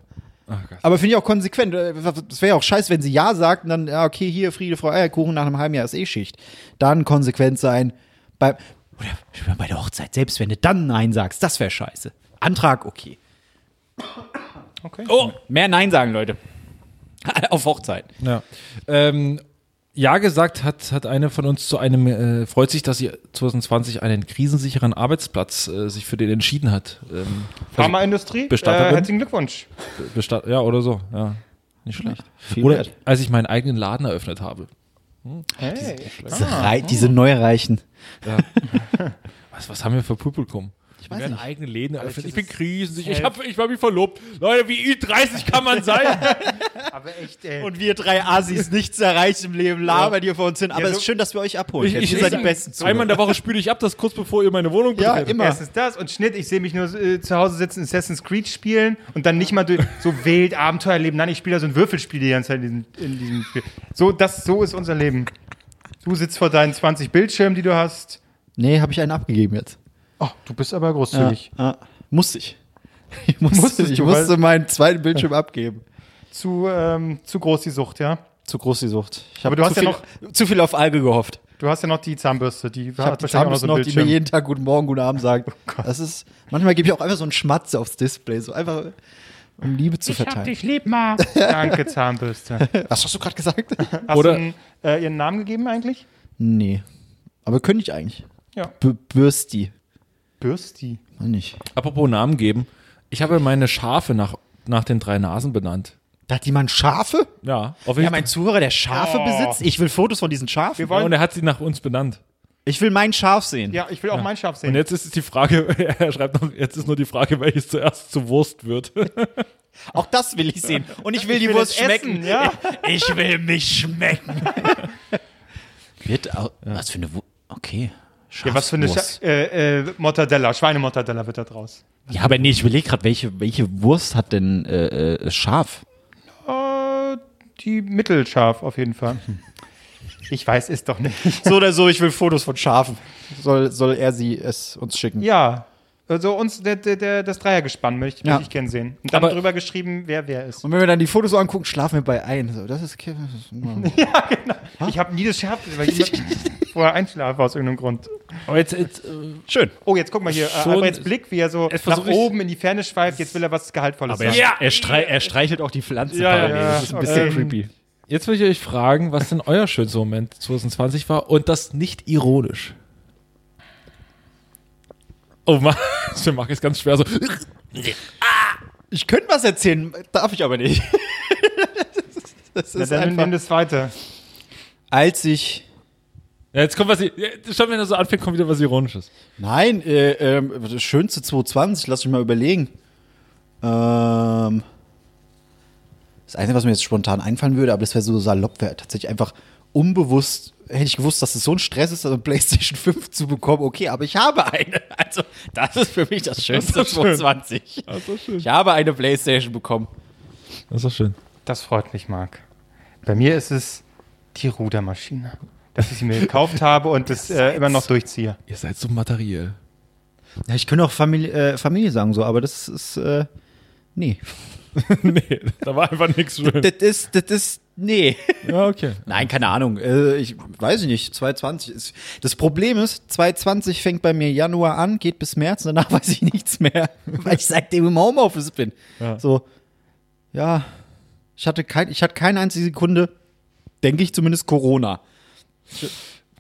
Aber finde ich auch konsequent. Äh, Es wäre ja auch scheiße, wenn sie Ja sagt und dann, ja, okay, hier, Friede, Frau Eierkuchen, nach einem halben Jahr ist eh Schicht. Dann konsequent sein. Bei, oder schon mal bei der Hochzeit, selbst wenn du dann Nein sagst, das wäre scheiße. Antrag, okay. Okay. Oh, mehr Nein sagen, Leute. Auf Hochzeit. Ja. Ähm, Ja gesagt hat, hat eine von uns zu einem, äh, freut sich, dass sie 2020 einen krisensicheren Arbeitsplatz äh, sich für den entschieden hat. Ähm, <laughs> Pharmaindustrie, Äh, Bestatterin? herzlichen Glückwunsch. Besta- ja, oder so, ja. Nicht schlecht. Viel Oder wert. als ich meinen eigenen Laden eröffnet habe. Hey. Diese, Rei diese Neureichen. Was, was haben wir für Publikum? Ich weiß werden nicht. Also, eigene Läden eröffnet. Ich bin krisensicher. Ich, hab, ich war mich verlobt. Leute, wie 30 kann man <laughs> sein? Aber echt, ey. Und wir drei Asis nichts erreicht im Leben, labern hier vor uns hin. Aber Ja, es so- ist schön, dass wir euch abholen. ich, können. ich, ihr seid die besten Einmal in der Woche spüle ich ab, das kurz bevor ihr meine Wohnung Ja, betretet. immer. Erstens das und Schnitt, ich sehe mich nur äh, zu Hause sitzen, Assassin's Creed spielen und dann nicht mal durch, <laughs> so wild Abenteuer leben. Nein, ich spiele da so ein Würfelspiel die ganze Zeit in diesem, in diesem Spiel. So, das, so ist unser Leben. Du sitzt vor deinen 20 Bildschirmen, die du hast. Nee, habe ich einen abgegeben jetzt. Ach, Oh, du bist aber Ja, großzügig. ja. Musste Ah, ich. <laughs> Ich musste, Musstest ich du, musste weil- meinen zweiten Bildschirm abgeben. Zu, ähm, zu groß die Sucht, ja. Zu groß die Sucht. Ich Aber habe du hast zu, ja viel- zu viel auf Alge gehofft. Du hast ja noch die Zahnbürste, die Ich habe hat wahrscheinlich auch noch so noch, einen die mir Bildschirm. Oh jeden Tag Guten Morgen, Guten <laughs> Abend sagt. das ist, manchmal gebe ich auch einfach so einen Schmatz aufs Display, so einfach, um Liebe zu verteilen. lieb, Ma. <laughs> Danke, Zahnbürste. <laughs> Was hast du gerade gesagt? <laughs> Hast Oder- du einen, äh, ihren Namen gegeben eigentlich? nee. Aber könnte ich eigentlich. Ja. B Bürsti. Bürsti. Mann, nicht. Apropos Namen geben. Ich habe meine Schafe nach, nach den drei Nasen benannt. Da hat jemand Schafe? Ja, auf jeden Ja, Fall. mein Zuhörer, der Schafe Oh. besitzt? Ich will Fotos von diesen Schafen. Wir wollen, und er hat sie nach uns benannt. Ich will mein Schaf sehen. ja, ich will auch mein Schaf sehen. Und jetzt ist es die Frage, <laughs> er schreibt noch, jetzt ist nur die Frage, welches zuerst zu Wurst wird. Auch das will ich sehen. <laughs> Und ich will die will Wurst es essen, schmecken. ja. <laughs> Ich will mich schmecken. <laughs> Wird auch, Was für eine Wurst? Okay. Ja, was für eine Schafswurst. Scha äh, äh, Mortadella, Schweinemortadella wird da draus. Ja, aber nee, ich überlege gerade, welche, welche Wurst hat denn äh, äh, Schaf? Äh, die mittelscharf auf jeden <laughs> Fall. Ich weiß es doch nicht. So oder so, ich will Fotos von Schafen. Soll, soll er sie es uns schicken? Ja. Also uns, der, der, der, das Dreiergespann möchte, Ja. möchte ich gern sehen. Und dann Aber- drüber geschrieben, wer wer ist. Und wenn wir dann die Fotos so angucken, schlafen wir bei ein. So, das ist. Ich habe nie das Schaf, weil ich immer vorher einschlafe aus irgendeinem Grund. <laughs> Aber jetzt, jetzt äh, schön. Oh, jetzt guck mal hier, äh, Schon- Alberts Blick, wie er so Jetzt nach versuch ich- oben in die Ferne schweift. Jetzt will er was Gehaltvolles Aber er, sagen. er, strei er streichelt auch die Pflanze Ja, ja, parallel. ja. Das ist ein bisschen Ähm, creepy. Jetzt will ich euch fragen, was denn euer schönster Moment 2020 war und das nicht ironisch. Oh <laughs> Mann, das für Marc ist ganz schwer so. Ich könnte was erzählen, darf ich aber nicht. <laughs> das Na, ist dann nimm einfach. das weiter. Als ich Ja, jetzt kommt was, jetzt schon wenn er so anfängt, kommt wieder was Ironisches. Nein, äh, ähm, das schönste 220, lass mich mal überlegen. Ähm, das Einzige, was mir jetzt spontan einfallen würde, aber das wäre so salopp, wäre tatsächlich einfach unbewusst, hätte ich gewusst, dass es so ein Stress ist, also eine Playstation 5 <laughs> zu bekommen, okay, aber ich habe eine. Also, das ist für mich das schönste 220. Ah, Das ist schön. Ich habe eine Playstation bekommen. Das ist schön. Das freut mich, Marc. Bei mir ist es die Rudermaschine, dass ich sie mir gekauft habe und das äh, immer noch durchziehe. Ihr seid so materiell. Ja, ich könnte auch Familie, äh, Familie sagen, so, aber das ist, äh, nee. <laughs> nee, da war einfach nichts schön. Das ist, das ist, nee. <laughs> Ja, okay. <laughs> Nein, keine Ahnung. Äh, ich weiß ich nicht. 220 ist. Das Problem ist, 220 fängt bei mir Januar an, geht bis März und danach <laughs> weiß ich nichts mehr, weil ich seitdem im Homeoffice bin. So, ja, ich hatte kein, ich hatte keine einzige Sekunde, denke ich zumindest Corona.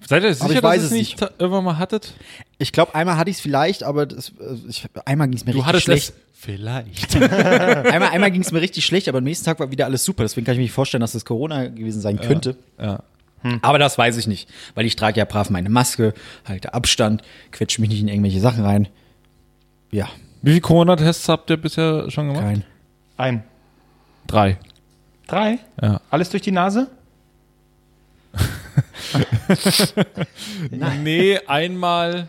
Seid ihr sicher, ich dass weiß ihr es es nicht ta- irgendwann mal hattet? Ich glaube, einmal hatte ich es vielleicht, aber das, äh, ich, einmal ging es mir Du richtig hattest schlecht. es. Vielleicht. Einmal, einmal ging es mir richtig schlecht, aber am nächsten Tag war wieder alles super. Deswegen kann ich mir nicht vorstellen, dass das Corona gewesen sein könnte. Ja. Mhm. Aber das weiß ich nicht, weil ich trage ja brav meine Maske, halte Abstand, quetsche mich nicht in irgendwelche Sachen rein. Ja, Wie viele Corona-Tests habt ihr bisher schon gemacht? kein. Ein. Drei. Drei? Ja. Alles durch die Nase? Nee, einmal,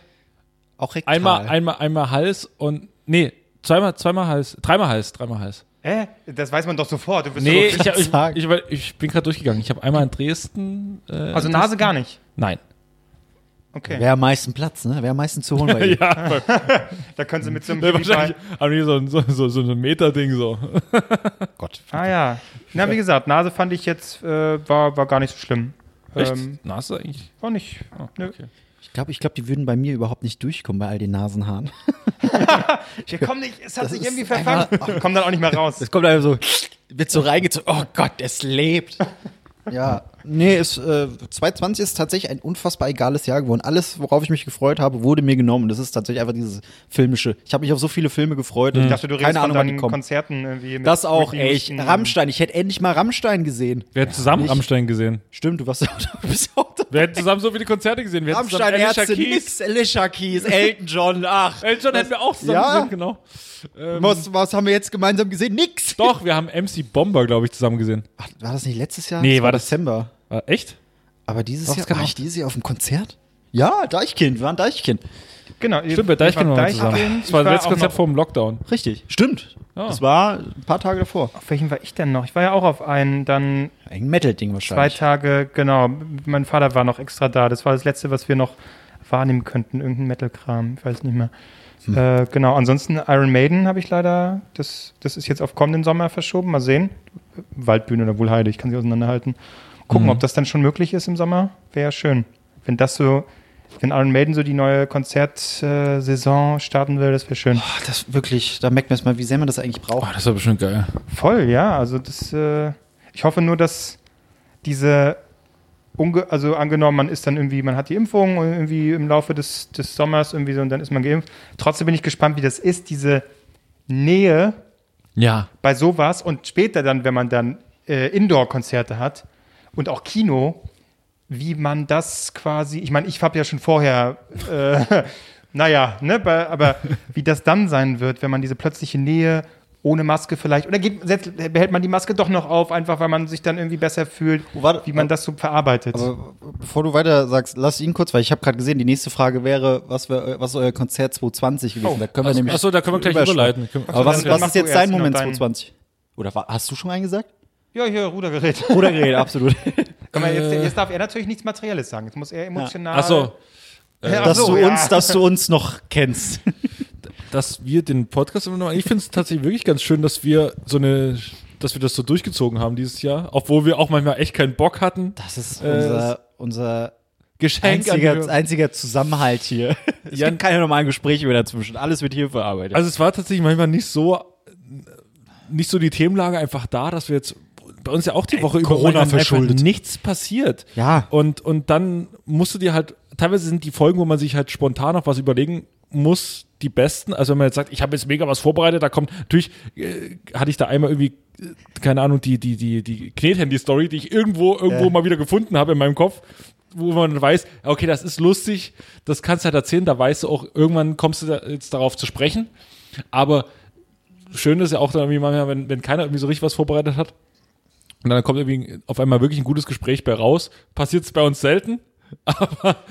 Auch rektal. einmal, einmal, einmal Hals und nee, zweimal, zweimal Hals, dreimal Hals, dreimal Hals. Äh, das weiß man doch sofort. Du bist Nee, doch ich, ich, sagen. ich, weil ich bin gerade durchgegangen. Ich habe einmal in Dresden. Äh, also Nase gar nicht. nein. Okay. Wer am meisten Platz, ne? Wer am meisten zu <laughs> holen bei dir? Da können sie mit so einem ne, wahrscheinlich haben die so ein, so, so, so ein Meter-Ding so. Gott. Ah ja. Na, wie gesagt, Nase fand ich jetzt, äh, war, war gar nicht so schlimm. Ähm, Nase eigentlich. Ah, war nicht. Oh, Nö. Ich glaube, ich glaub, die würden bei mir überhaupt nicht durchkommen, bei all den Nasenhaaren. Wir kommen nicht, es hat sich irgendwie ist verfangen. Komm dann auch nicht mehr raus. Das kommt einfach so, wird so reingezogen. Oh Gott, es lebt. Ja, nee, es, äh, 2020 ist tatsächlich ein unfassbar egales Jahr geworden. Alles, worauf ich mich gefreut habe, wurde mir genommen. Das ist tatsächlich einfach dieses filmische. Ich habe mich auf so viele Filme gefreut. und Ich dachte, du redest keine Ahnung, von wann die deinen kommen. Konzerten irgendwie. Mit das auch, Whitney ey. Ich, Houston. Rammstein. Ich hätte endlich mal Rammstein gesehen. Wir hätten zusammen Rammstein gesehen. Stimmt, du warst auch da. du Bist auch da. Wir hätten zusammen so viele Konzerte gesehen. Wir hätten zusammen Rammstein, Alicia Ärzte, Keys. nix. Alicia Keys, Elton John, <laughs> ach. Elton hätten wir auch zusammen Ja. gesehen, genau. Ähm, Was, was haben wir jetzt gemeinsam gesehen? Nix. Doch, wir haben MC Bomber, glaube ich, zusammen gesehen. Ach, war das nicht letztes Jahr? Nee, das war das- Dezember. Äh, echt? Aber dieses Doch, das Jahr, kann war auch- ich dieses Jahr auf dem Konzert? Ja, Deichkind, wir waren Deichkind. Genau, ihr- Stimmt, bei ihr wart Deichkind waren wir Deichkind. zusammen. Das Ich war das letzte auch Konzert noch- vor dem Lockdown. Richtig, stimmt. Ja. Das war ein paar Tage davor. Auf welchem war ich denn noch? Ich war ja auch auf einen, dann Ein Metal-Ding zwei wahrscheinlich. Tage, genau. Mein Vater war noch extra da. Das war das Letzte, was wir noch wahrnehmen könnten. Irgendein Metal-Kram, ich weiß nicht mehr. Äh, genau, ansonsten Iron Maiden habe ich leider, das, das ist jetzt auf kommenden Sommer verschoben. Mal sehen. Waldbühne oder Wohlheide, ich kann sie auseinanderhalten. Gucken, ob das dann schon möglich ist im Sommer. Wäre ja schön. Wenn das so, wenn Iron Maiden so die neue Konzertsaison starten will, das wäre schön. Ach, das wirklich, da merkt man erstmal, wie sehr man das eigentlich braucht. das war bestimmt geil. Voll, ja. Also das, äh, ich hoffe nur, dass diese, unge also angenommen, man ist dann irgendwie, man hat die Impfung und irgendwie im Laufe des, des Sommers irgendwie so und dann ist man geimpft. Trotzdem bin ich gespannt, wie das ist, diese Nähe Ja. bei sowas und später dann, wenn man dann äh, Indoor-Konzerte hat und auch Kino, wie man das quasi, ich meine, ich habe ja schon vorher, äh, <laughs> naja, ne, bei, aber wie das dann sein wird, wenn man diese plötzliche Nähe ohne Maske vielleicht, oder geht, setzt, behält man die Maske doch noch auf, einfach weil man sich dann irgendwie besser fühlt, Warte, wie man das so verarbeitet. Aber bevor du weiter sagst, lass ihn kurz, weil ich habe gerade gesehen, die nächste Frage wäre, was, wär, was ist euer Konzert 2020 gewesen? da können wir nämlich Achso, da können wir gleich überschlagen. überleiten. Können- Aber was, dann was mach ist du jetzt erst dein noch Moment deinen. 2020? Oder war, hast du schon einen gesagt? ja, hier, <laughs> Rudergerät. Oder geredet, <laughs> absolut. Komm, mal, jetzt, jetzt darf er natürlich nichts Materielles sagen, jetzt muss er emotional. Achso, Ja, dass, so, du ja. uns, dass du uns noch kennst. dass wir den Podcast immer noch. Ich finde es tatsächlich wirklich ganz schön, dass wir so eine, dass wir das so durchgezogen haben dieses Jahr, obwohl wir auch manchmal echt keinen Bock hatten. Das ist unser- unser Geschenk an einziger, die- einziger Zusammenhalt <laughs> hier. Es gibt keine normalen Gespräche mehr dazwischen. Alles wird hier verarbeitet. Also es war tatsächlich manchmal nicht so, nicht so die Themenlage einfach da, dass wir jetzt bei uns ja auch die Woche über Corona einfach verschuldet. nichts passiert. Ja. Und und dann musst du dir halt teilweise sind die Folgen, wo man sich halt spontan noch was überlegen muss, die besten. Also wenn man jetzt sagt, ich habe jetzt mega was vorbereitet, da kommt natürlich äh, hatte ich da einmal irgendwie äh, keine Ahnung, die die die die Knethandy Story, die ich irgendwo irgendwo Ja. mal wieder gefunden habe in meinem Kopf wo man weiß, okay, das ist lustig, das kannst du halt erzählen, da weißt du auch, irgendwann kommst du da jetzt darauf zu sprechen. Aber schön ist ja auch dann irgendwie manchmal, wenn, wenn keiner irgendwie so richtig was vorbereitet hat und dann kommt irgendwie auf einmal wirklich ein gutes Gespräch bei raus. Passiert es bei uns selten.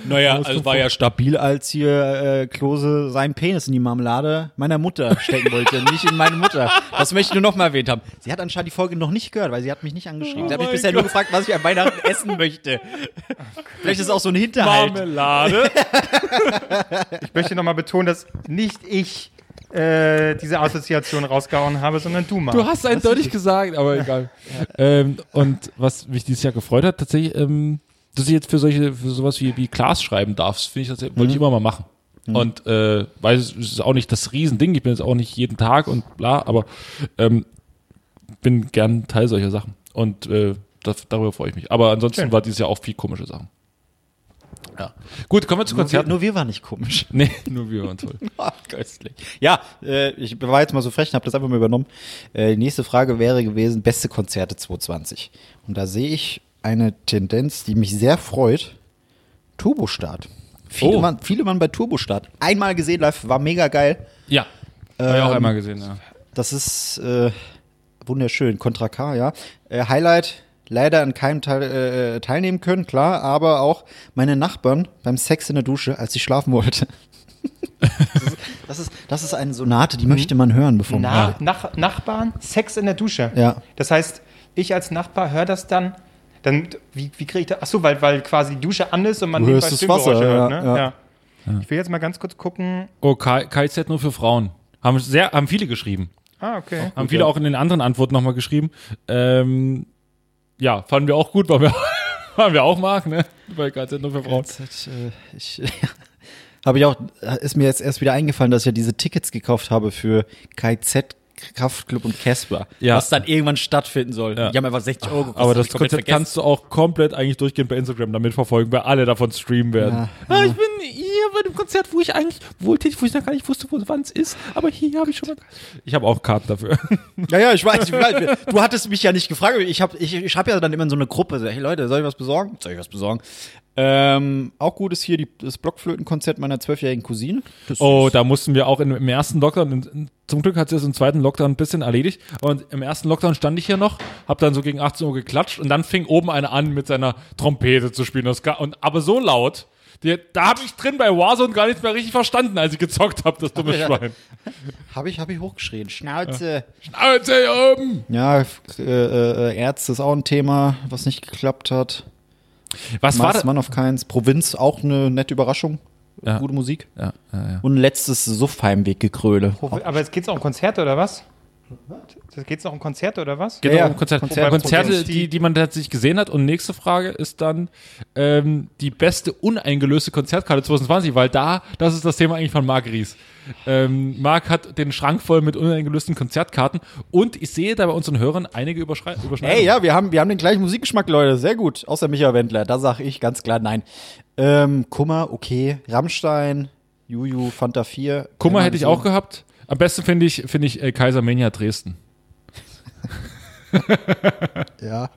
naja, also war ja stabil, als hier äh, Klose seinen Penis in die Marmelade meiner Mutter stecken <laughs> wollte, nicht in meine Mutter. Das möchte ich nur nochmal erwähnt haben. Sie hat anscheinend die Folge noch nicht gehört, weil sie hat mich nicht angeschrieben. sie hat mich mein bisher nur gefragt, was ich an Weihnachten essen <laughs> möchte. Vielleicht ist es auch so ein Halt. Hinterhalt. Marmelade. Ich möchte nochmal betonen, dass nicht ich äh, diese Assoziation rausgehauen habe, sondern du, <laughs> Mann. Du hast eindeutig gesagt, <laughs> aber egal. ähm, und was mich dieses Jahr gefreut hat, tatsächlich, ähm, dass ich jetzt für solche, für sowas wie, wie Class schreiben darf, finde ich, tatsächlich- wollte ich immer mal machen. Und äh, weiß, es ist auch nicht das Riesending, ich bin jetzt auch nicht jeden Tag und bla, aber ähm, bin gern Teil solcher Sachen. Und äh, das, darüber freue ich mich. Aber ansonsten Schön. war dieses Jahr auch viel komische Sachen. Ja. Gut, kommen wir zu Nur wir, Konzerten. nur wir waren nicht komisch. <laughs> <laughs> nee, nur wir waren <laughs> toll. Ah, Köstlich. Ja, äh, ich war jetzt mal so frech und habe das einfach mal übernommen. Äh, die nächste Frage wäre gewesen, beste Konzerte 2020. Und da sehe ich eine Tendenz, die mich sehr freut. Turbostart. Viele, Oh. waren, viele waren bei Turbostart. Einmal gesehen live, war mega geil. Ja. Hab ich auch Ähm, einmal gesehen, ja. Das ist äh, wunderschön. Contra K, ja. Äh, Highlight, leider an keinem Teil äh, teilnehmen können, klar, aber auch meine Nachbarn beim Sex in der Dusche, als ich schlafen wollte. <laughs> Das ist, das ist eine Sonate, die möchte man hören, bevor man. Na, nach, Nachbarn, Sex in der Dusche. Ja. Das heißt, ich als Nachbar höre das dann. Dann, wie, wie kriege ich das? Achso, weil, weil quasi die Dusche an ist und man Du hörst das Wasser, Stimmgeräusche ja, ja. ne? Ich will jetzt mal ganz kurz gucken. Oh, K- KZ nur für Frauen. Haben, sehr, haben viele geschrieben. Ah, okay. Haben viele auch in den anderen Antworten nochmal geschrieben. Ähm, ja, fanden wir auch gut, weil wir, <laughs> weil wir auch mag, ne? Bei KZ nur für Frauen. Das, äh, ich <laughs> habe ich auch, ist mir jetzt erst wieder eingefallen, dass ich ja diese Tickets gekauft habe für KZ Kraftclub und Casper, Ja. was dann irgendwann stattfinden soll. Ja. Die haben einfach 60 Euro gekostet. Aber hab das ich komplett Konzept vergessen. kannst du auch komplett eigentlich durchgehend bei Instagram damit verfolgen, weil alle davon streamen werden. Ah, ich bin hier bei dem Konzert, wo ich eigentlich wohltätig, wo ich noch gar nicht wusste, wo wann es ist, aber hier habe ich schon mal. Ich habe auch Karten <laughs> dafür. Ja, ja, ich weiß, ich weiß. <laughs> Du hattest mich ja nicht gefragt. aber Ich habe ich, ich hab ja dann immer in so eine Gruppe. So, hey Leute, soll ich was besorgen? Soll ich was besorgen? Ähm, auch gut ist hier die, das Blockflötenkonzert meiner zwölfjährigen Cousine. Das Oh, da mussten wir auch in, im ersten Lockdown, in- in, zum Glück hat sie das im zweiten Lockdown ein bisschen erledigt, aber im ersten Lockdown stand ich hier noch, hab dann so gegen 18 Uhr geklatscht und dann fing oben einer an, mit seiner Trompete zu spielen. Das, ga- und, aber so laut, die, da habe ich drin bei Warzone gar nichts mehr richtig verstanden, als ich gezockt habe, das dumme Ja. Schwein. habe ich, hab ich hochgeschrien. Schnauze. Schnauze hier oben! Ja, f- äh, äh, äh, Ärzte ist auch ein Thema, was nicht geklappt hat. Was war das? Maßmann auf keins. Provinz auch eine nette Überraschung. Ja. Gute Musik. Ja, ja, ja. Und ein letztes Suffheimweggekröle. Wo- Aber jetzt geht's noch um Konzerte oder was? Das geht's noch um Konzerte oder was? Genau, Ja, ja. um Konzerte. Konzerte. Konzerte, Wobei- die, die man tatsächlich gesehen hat. Und nächste Frage ist dann ähm, die beste uneingelöste Konzertkarte 2020, weil da, das ist das Thema eigentlich von Marc Ries. Ähm, Marc hat den Schrank voll mit uneingelösten Konzertkarten und ich sehe da bei unseren Hörern einige Überschrei- Überschneidungen. Ey, ja, wir haben, wir haben den gleichen Musikgeschmack, Leute. Sehr gut. Außer Micha Wendler. Da sage ich ganz klar nein. Ähm, Kummer, okay. Rammstein, Juju, Fanta 4. Kummer Kann hätte man ich so- auch gehabt. Am besten finde ich, finde ich äh, Kaisermania Dresden. Ja.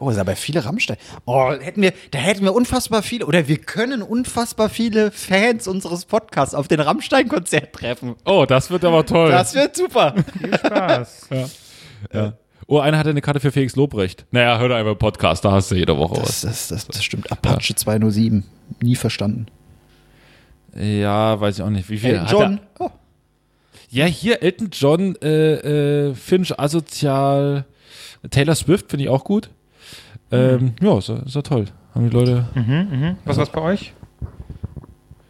Oh, ist aber viele Rammstein. Oh, hätten wir, da hätten wir unfassbar viele, oder wir können unfassbar viele Fans unseres Podcasts auf den Rammstein-Konzert treffen. Oh, das wird aber toll. Das äh, wird super. Viel <laughs> Spaß. ja. Oh, einer hatte eine Karte für Felix Lobrecht. Naja, hör doch einfach Podcast, da hast du jede Woche was. Das, das, das, das stimmt. Apache 207. Nie verstanden. Ja, weiß ich auch nicht. Wie viel hat er- John. Oh. Ja, hier Elton John, äh, äh, Finch asozial, Taylor Swift finde ich auch gut. Ähm, Ja, ist, ja- ist ja toll. Haben die Leute Was war's bei euch?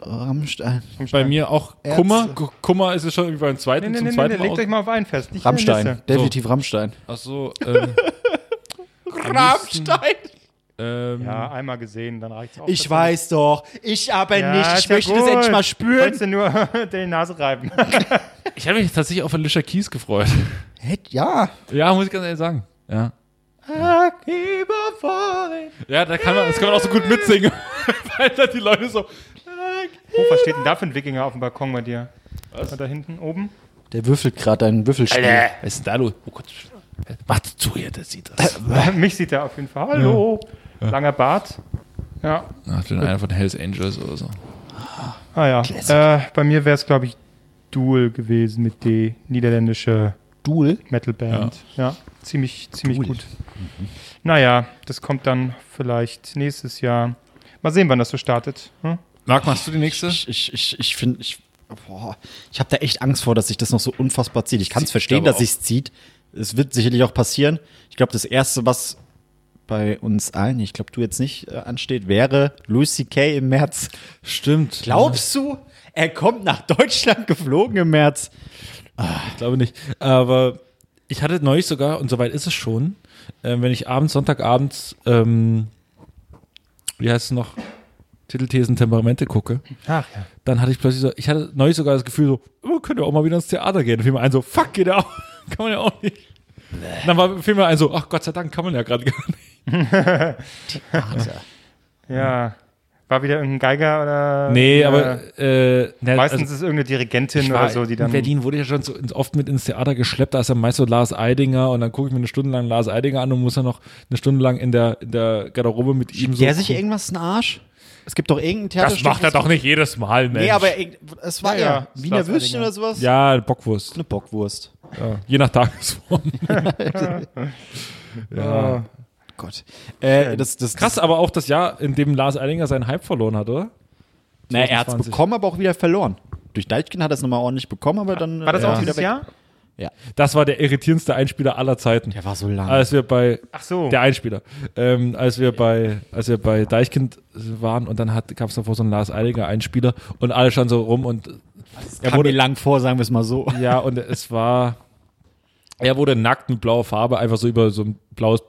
Rammstein. bei mir auch Ärzte. Kummer? Gu- Kummer ist es schon irgendwie beim zweiten, Nee, nee, zum nee, nee, zweiten nee, legt Mal. euch mal auf einen fest. Nicht in Rammstein. der Definitiv Rammstein. Aus. Ach so, ähm, <laughs> Rammstein! ähm, Liste. Ja, einmal gesehen, dann reicht's auch. Ich weiß doch. Ich aber Ja, Äh, nicht. ist Ich ja möchte es gut. endlich mal spüren. Wolltest du nur <laughs> dir die Nase reiben. Ich habe mich tatsächlich auf Alicia Keys gefreut. Hä? Ja. <laughs> ja, muss ich ganz ehrlich sagen. Ja. Ja, da kann man, das kann man auch so gut mitsingen. <laughs> Weil da die Leute so. Oh, was steht denn da für ein Wikinger auf dem Balkon bei dir? Was? Da hinten oben? Der würfelt gerade ein Würfelspiel. Was ist denn da los? Oh Gott. Macht zu hier, der sieht das. <laughs> Mich sieht er auf jeden Fall. Hallo. Langer Bart. Ja. Ach, den einer von Hells Angels oder so. Ah ja. Äh, bei mir wäre es, glaube ich, Duel gewesen mit D. Niederländische Duel. Metalband. Ja. Ziemlich, ziemlich gut. Naja, das kommt dann vielleicht nächstes Jahr. Mal sehen, wann das so startet. Hm? Marc, machst du die nächste? Ich, ich, ich, ich finde, ich, boah, ich habe da echt Angst vor, dass sich das noch so unfassbar zieht. Ich kann es Zieht verstehen, aber dass sich's zieht. Es wird sicherlich auch passieren. Ich glaube, das Erste, was bei uns allen, ich glaube, du jetzt nicht äh, ansteht, wäre Louis C.K. im März. Stimmt. Glaubst du, er kommt nach Deutschland geflogen im März? Ich glaube nicht. Aber ich hatte neulich sogar, und soweit ist es schon, äh, wenn ich abends, Sonntagabends, ähm, wie heißt es noch, Titelthesen, Temperamente gucke, Ach ja. dann hatte ich plötzlich so, ich hatte neulich sogar das Gefühl so, oh, könnte auch mal wieder ins Theater gehen. Da fiel mir ein so, fuck, geht ja auch, <laughs> kann man ja auch nicht. Und Dann war, fiel mir ein so, ach Gott sei Dank, kann man ja gerade gar nicht. Ja. War wieder irgendein Geiger oder. Nee, Ja. aber äh, ne, Meistens also- ist es irgendeine Dirigentin Ich war- oder so, die dann. in Berlin wurde ich ja schon so ins- oft mit ins Theater geschleppt, da ist dann meist so Lars Eidinger und dann gucke ich mir eine Stunde lang Lars Eidinger an und muss dann noch eine Stunde lang in der, in der Garderobe mit ihm so. Der sich irgendwas in den Arsch? Es gibt doch irgendein das Theaterstück. macht er was- doch nicht jedes Mal, Mensch. Nee, aber irg- es war Ja, ja, Oh ja, Wiener Lars Würstchen Eidinger. oder sowas. ja, Bockwurst. Eine Bockwurst. Ja. Je nach <laughs> Tagesform. Ja. Gott. Äh, das, das, Krass, aber auch das Jahr, in dem Lars Eidinger seinen Hype verloren hat, oder? Na, er hat's 2020. bekommen, aber auch wieder verloren. Durch Deichkind hat er es nochmal ordentlich bekommen, aber dann. War das äh, auch wieder dieses weg. Jahr? Ja. Das war der irritierendste Einspieler aller Zeiten. Der war so lang. Als wir bei Ach so. Der Einspieler. Ähm, als, wir bei, als wir bei Deichkind waren und dann gab es davor so einen Lars Eidinger Einspieler und alle standen so rum und er wurde lang vor, sagen wir es mal so. ja, und es war, er wurde nackt mit blauer Farbe einfach so über so ein blaues,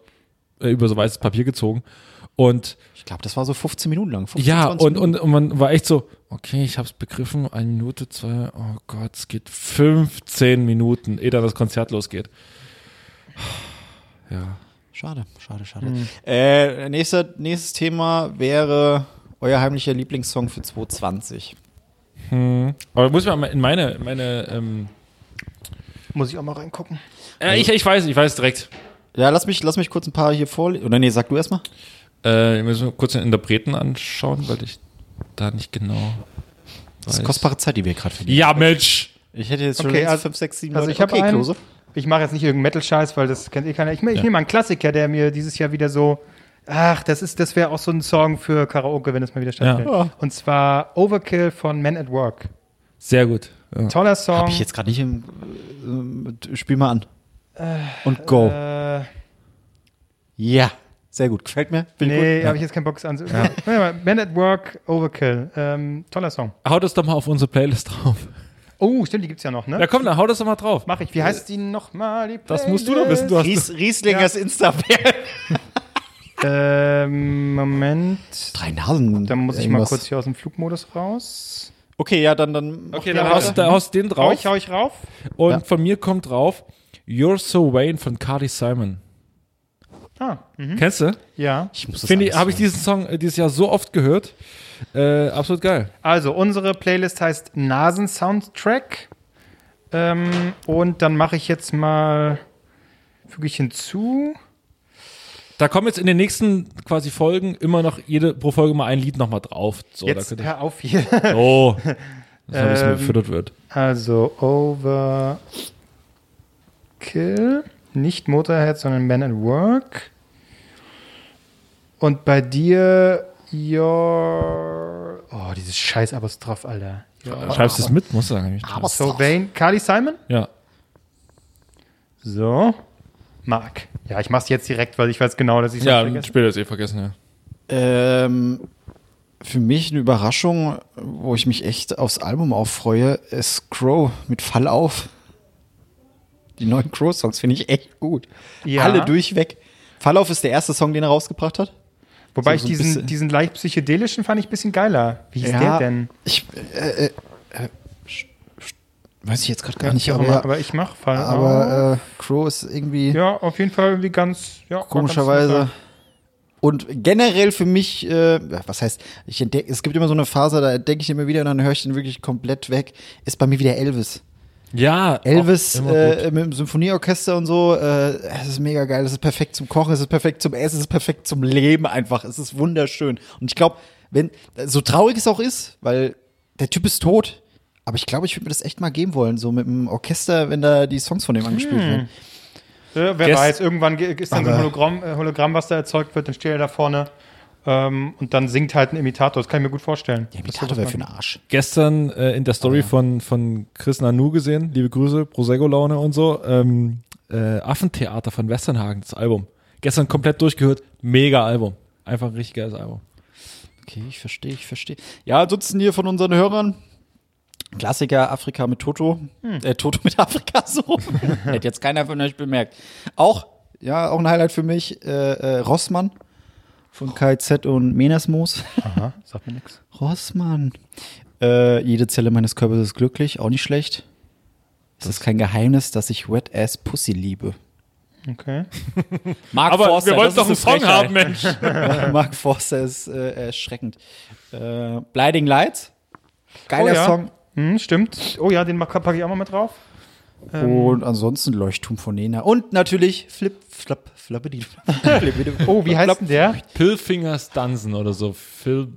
äh, über so weißes Papier gezogen Und Ich glaube, das war so 15 Minuten lang. 15, ja, 20 und, Minuten. und, und man war echt so, okay, ich hab's begriffen, eine Minute, zwei, oh Gott, es geht 15 Minuten, ehe dann das Konzert losgeht. Ja. Schade, schade, schade. Äh, nächster, nächstes Thema wäre euer heimlicher Lieblingssong für 2020. Aber muss man in meine, in meine, ähm, Muss ich auch mal reingucken. äh, ich, ich weiß, ich weiß direkt. Ja, lass mich, lass mich kurz ein paar hier vor. Oder nee, sag du erstmal. Äh, ich muss mir kurz den Interpreten anschauen, weil ich da nicht genau. Das ist weiß. kostbare Zeit, die wir gerade verdienen. Ja, Mensch! Ich hätte jetzt schon Okay, längst also- fünf, sechs, sieben. Also Leute- ich habe okay, einen. Klose. Ich mache jetzt nicht irgendeinen Metal-Scheiß, weil das kennt eh keiner. Ich, me- ich nehme einen Klassiker, der mir dieses Jahr wieder so. Ach, das ist, das wäre auch so ein Song für Karaoke, wenn es mal wieder stattfindet. Und zwar Overkill von Men at Work. Sehr gut. Ja. Toller Song. Hab ich jetzt gerade nicht im. äh, Spiel mal an. Und Oh. go. Äh, ja, sehr gut. Gefällt mir. Bin nee, gut. habe ich jetzt keinen Bock an. <laughs> Men at Work, Overkill. Ähm, toller Song. Hau das doch mal auf unsere Playlist drauf. Oh, stimmt, die gibt's ja noch, ne? Ja, komm, dann hau das doch mal drauf. Mach ich. Wie heißt die nochmal? Die Das musst du doch wissen, du hast. Ries, Rieslingers insta Ähm, Moment. Drei Nasen. Dann muss ich Irgendwas. mal kurz hier aus dem Flugmodus raus. Okay, ja, dann. dann Okay, dann mach mal haust, weiter. dann haust du den Hau drauf. ich, hau ich rauf? Und Ja. von mir kommt drauf You're So Wayne von Cardi Simon. Ah, mhm. Kennst du? ja. Ich muss das Finde ich, alles habe ich hören. diesen Song äh, dieses Jahr so oft gehört. Äh, absolut geil. Also, unsere Playlist heißt Nasen-Soundtrack. Ähm, und dann mache ich jetzt mal, füge ich hinzu. Oh, Da kommen jetzt in den nächsten quasi Folgen immer noch jede pro Folge mal ein Lied nochmal drauf. So, jetzt da könnte hör auf hier. ich, oh, das ein bisschen Ähm, gefüttert wird. Also, Overkill. Also Nicht Motorhead, sondern Man at Work. Und bei dir, your. Oh, dieses scheiß Apostroph, Alter. Schreibst du es mit? Muss sagen. Ah. Aber so So, Wayne. Carly Simon? Ja. So. Mark. Ja, ich mach's jetzt direkt, weil ich weiß genau, dass ich Ja, später ist eh vergessen, ja. Ähm, für mich eine Überraschung, wo ich mich echt aufs Album auffreue, ist Crow mit Fall auf. Die neuen Crow-Songs finde ich echt gut. Ja. Alle durchweg. Fall auf ist der erste Song, den er rausgebracht hat. Wobei so- so ein ich diesen, bisschen- diesen leicht psychedelischen fand ich ein bisschen geiler. Wie hieß der denn? Ich, äh, äh, äh, sch- sch- weiß ich jetzt gerade gar nicht, Ich auch aber, immer, aber, aber ich mach Fall. äh, Crow ist irgendwie auf. ja, auf jeden Fall irgendwie ganz. Ja, war ganz komischerweise. super. Und generell für mich, äh, was heißt, ich entdeck, es gibt immer so eine Phase, da denke ich immer wieder und dann höre ich den wirklich komplett weg, ist bei mir wieder Elvis. Ja, Elvis auch immer gut. äh, mit dem Symphonieorchester und so, äh, es ist mega geil, es ist perfekt zum Kochen, es ist perfekt zum Essen, es ist perfekt zum Leben einfach, es ist wunderschön. Und ich glaube, wenn, so traurig es auch ist, weil der Typ ist tot, aber ich glaube, ich würde mir das echt mal geben wollen, so mit dem Orchester, wenn da die Songs von dem angespielt Hm. werden. Äh, wer Gest- weiß, irgendwann ge- ist dann so ein Aber- Hologramm, äh, Hologramm, was da erzeugt wird, dann steht er da vorne ähm, und dann singt halt ein Imitator. Das kann ich mir gut vorstellen. Der Imitator wäre für den Arsch. gestern äh, in der Story von, von Chris Nanu gesehen, liebe Grüße, Prosecco-Laune und so, ähm, äh, Affentheater von Westernhagen, das Album. Gestern komplett durchgehört, mega Album. Einfach ein richtig geiles Album. Okay, ich verstehe, ich verstehe. Ja, ansonsten hier von unseren Hörern. Klassiker Afrika mit Toto. Hm. Äh, Toto mit Afrika, <laughs> so. Hätte jetzt keiner von euch bemerkt. Auch, ja, auch ein Highlight für mich, äh, äh, Rossmann von KZ und Menasmos. <laughs> Aha, sagt mir nichts. Rossmann. Äh, jede Zelle meines Körpers ist glücklich, auch nicht schlecht. Es ist kein Geheimnis, dass ich Wet Ass Pussy liebe. Okay. Mark das ist eine Frechheit. Mensch. <laughs> <laughs> Mark Forster ist äh, erschreckend. Äh, Blinding Lights. Geiler oh, ja. Song. Hm, stimmt. Oh ja, den mach- packe ich auch mal mit drauf. Ähm. Und ansonsten Leuchtturm von Nena. Und natürlich Flip, Flap, <laughs> Flappedi. Oh, wie heißt denn der? Pillfingers Dunsen oder so. Phil,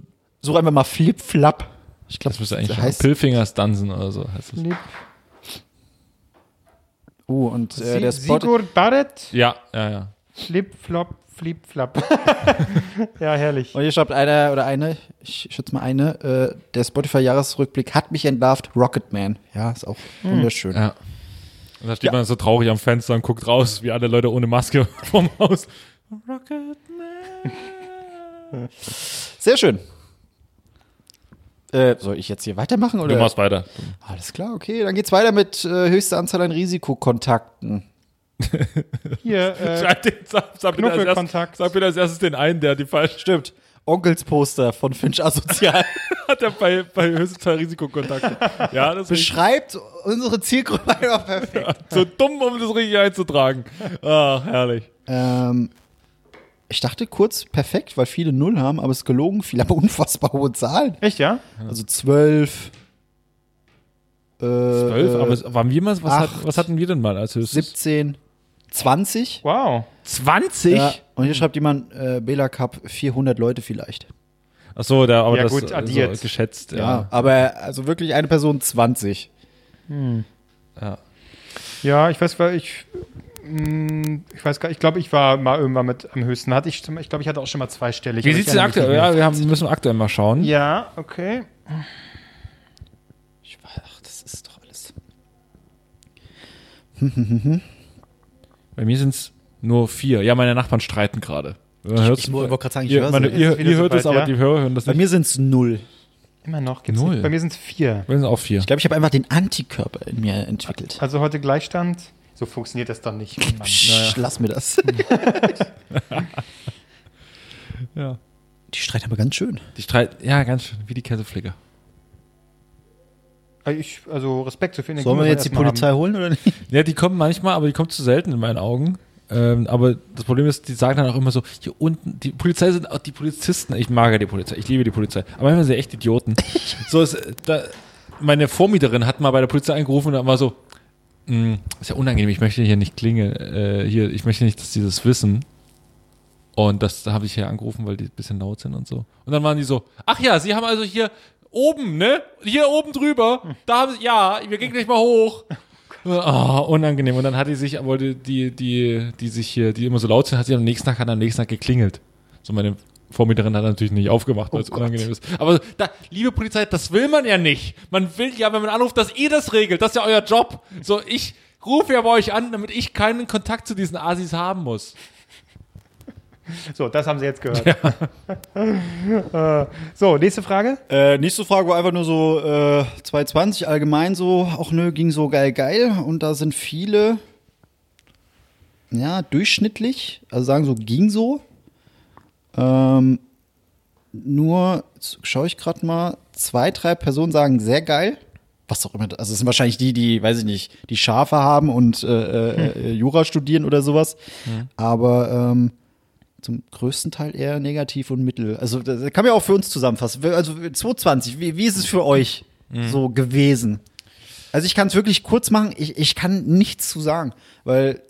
Such einfach mal Flip, Flap. Ich glaube, das müsste eigentlich heißt heißt. Pillfingers Dunsen oder so. Heißt das. Oh, und äh, Sie- der Spot. Sigurd Barrett, Ja, ja, ja. Flip, Flop, Flip, Flap. <laughs> ja, herrlich. Und Oh, hier schreibt einer oder eine, ich schätze mal eine, äh, der Spotify-Jahresrückblick hat mich entlarvt, Rocketman. Ja, ist auch Hm. wunderschön. ja. Und da steht man so traurig am Fenster und guckt raus, wie alle Leute ohne Maske <laughs> vorm Haus. Sehr schön. Äh, soll ich jetzt hier weitermachen? Oder? Du machst weiter. Alles klar, okay. Dann geht's weiter mit äh, höchster Anzahl an Risikokontakten. <laughs> Hier, äh, Schreib den sag, sag bitte als erstes- Knuffelkontakt. Sag bitte als erstes den einen, der die falsche <laughs> Stimmt. Onkelsposter von Finch Asozial hat, der bei, bei höchstem Fall Risikokontakte. Ja, das ist <laughs> beschreibt unsere Zielgruppe einfach perfekt. zu dumm, um das richtig einzutragen. Ach, herrlich. Ähm, ich dachte kurz perfekt, weil viele Null haben, aber es ist gelogen. Viele haben unfassbar hohe Zahlen. echt, ja? Also zwölf. Äh, Zwölf, aber äh, es- waren wir mal, was, acht. hat, was hatten wir denn mal als höchstes? 17, 20. Wow. 20? Ja, und hier schreibt jemand, äh, Bela Cup 400 Leute vielleicht. Ach so, da, aber Ja, das gut, so addiert. geschätzt. Ja, Ja. aber also wirklich eine Person 20. Ja, ich weiß, weil ich. mh, Ich weiß gar nicht, ich glaube, ich war mal irgendwann mit am höchsten. Hatte ich, zum- ich glaube, ich hatte auch schon mal zweistellig. Wie aber sieht es ich denn aktuell? erinnere mich nicht mehr. Ja, wir haben, müssen aktuell mal schauen. Ja, okay. Ich, ach, das ist doch alles. Bei mir sind es nur vier. Ja, meine Nachbarn streiten gerade. Ich, wollte gerade sagen, ich ihr, höre meine, es. ihr, Wieder ihr so hört es, weit, aber ja. die Hörer hören das Bei nicht. mir sind es null. Immer noch gibt's Null. nicht. Bei mir sind es vier. Bei mir sind auch vier. Ich glaube, ich habe einfach den Antikörper in mir entwickelt. Also heute Gleichstand. So funktioniert das dann nicht. Mann. Psch, lass mir das. Hm. <laughs> Ja. Die streiten aber ganz schön. Die streiten, ja, ganz schön, wie die Käseflicker. Also Ich, also Respekt zu vielen. Sollen wir jetzt die Polizei holen oder nicht? Ja, die kommen manchmal, aber die kommen zu selten in meinen Augen. Ähm, aber das Problem ist, die sagen dann auch immer so, hier unten, die Polizei sind auch die Polizisten. Ich mag ja die Polizei, ich liebe die Polizei. Aber manchmal sind sie echt Idioten. so ist, äh, da, meine Vormieterin hat mal bei der Polizei angerufen und dann war so, "Mm, ist ja unangenehm, ich möchte hier nicht klingeln, äh, hier, ich möchte nicht, dass die das wissen. Und das da habe ich hier angerufen, weil die ein bisschen laut sind und so. Und dann waren die so, ach ja, sie haben also hier oben, ne? Hier oben drüber, da haben sie, ja, wir gehen gleich mal hoch. Ah, unangenehm. Und dann hat die sich, wollte die, die, die sich hier, die immer so laut sind, hat sie am nächsten Tag, hat am nächsten Tag geklingelt. So meine Vormieterin hat natürlich nicht aufgemacht, weil es unangenehm ist. Aber da, liebe Polizei, das will man ja nicht. Man will ja, wenn man anruft, dass ihr das regelt. Das ist ja euer Job. So, ich rufe ja bei euch an, damit ich keinen Kontakt zu diesen Asis haben muss. So, das haben Sie jetzt gehört. <laughs> Äh, so, nächste Frage. Äh, nächste Frage war einfach nur so äh, 220 allgemein so, auch nö, ging so geil, geil. Und da sind viele, ja, durchschnittlich, also sagen so, ging so. Ähm, nur, schaue ich gerade mal, zwei, drei Personen sagen sehr geil. Was auch immer, also es sind wahrscheinlich die, die, weiß ich nicht, die Schafe haben und äh, äh, äh, Jura studieren oder sowas. Aber ähm, zum größten Teil eher negativ und mittel. Also das kann man ja auch für uns zusammenfassen. Wir- Also 2020, wie, wie ist es für euch so gewesen? Also ich kann es wirklich kurz machen, ich, ich kann nichts zu sagen, weil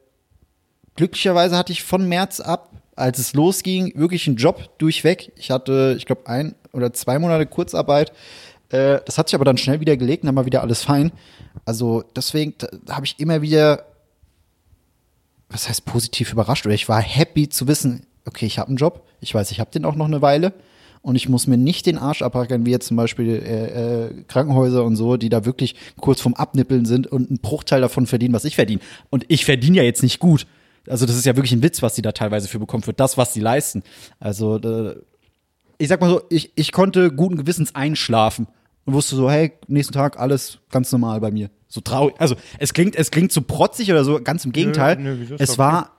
glücklicherweise hatte ich von März ab, als es losging, wirklich einen Job durchweg. Ich hatte, ich glaube, ein oder zwei Monate Kurzarbeit. Äh, Das hat sich aber dann schnell wieder gelegt, und dann war wieder alles fein. Also deswegen habe ich immer wieder was heißt positiv überrascht oder ich war happy zu wissen, okay, ich habe einen Job, ich weiß, ich habe den auch noch eine Weile und ich muss mir nicht den Arsch abrackern, wie jetzt zum Beispiel äh, äh, Krankenhäuser und so, die da wirklich kurz vorm Abnippeln sind und einen Bruchteil davon verdienen, was ich verdiene. Und ich verdiene ja jetzt nicht gut. Also das ist ja wirklich ein Witz, was die da teilweise für bekommen, für das, was sie leisten. Also äh, ich sag mal so, ich, ich konnte guten Gewissens einschlafen und wusste so, hey, nächsten Tag alles ganz normal bei mir. So traurig. Also es klingt, es klingt so protzig oder so, ganz im Gegenteil. nö, wieso ist es doch war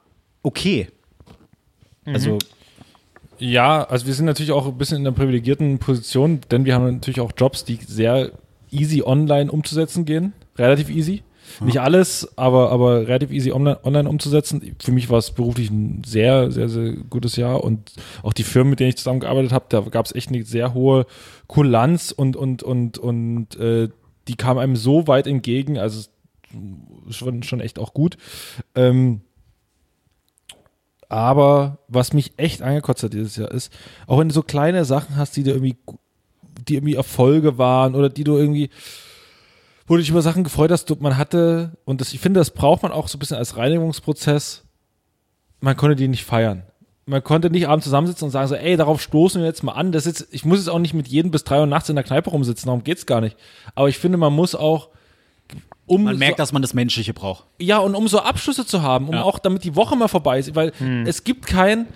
okay. Also Ja, also wir sind natürlich auch ein bisschen in einer privilegierten Position, denn wir haben natürlich auch Jobs, die sehr easy online umzusetzen gehen. Relativ easy. Nicht alles, aber, aber relativ easy online, online umzusetzen. Für mich war es beruflich ein sehr, sehr, sehr gutes Jahr und auch die Firmen, mit denen ich zusammengearbeitet habe, da gab es echt eine sehr hohe Kulanz und, und, und, und äh, die kam einem so weit entgegen, also schon, schon echt auch gut. Ähm, aber was mich echt angekotzt hat dieses Jahr ist, auch wenn du so kleine Sachen hast, die dir irgendwie, gu- die irgendwie Erfolge waren oder die du irgendwie, wo du dich über Sachen gefreut hast, du- man hatte, und das, ich finde, das braucht man auch so ein bisschen als Reinigungsprozess, man konnte die nicht feiern. Man konnte nicht abends zusammensitzen und sagen so, ey, darauf stoßen wir jetzt mal an. Das ist, jetzt- ich muss jetzt auch nicht mit jedem bis drei Uhr nachts in der Kneipe rumsitzen, darum geht's gar nicht. Aber ich finde, man muss auch, um man so- merkt, dass man das Menschliche braucht. ja, und um so Abschlüsse zu haben, um auch damit die Woche mal vorbei ist, weil es gibt kein,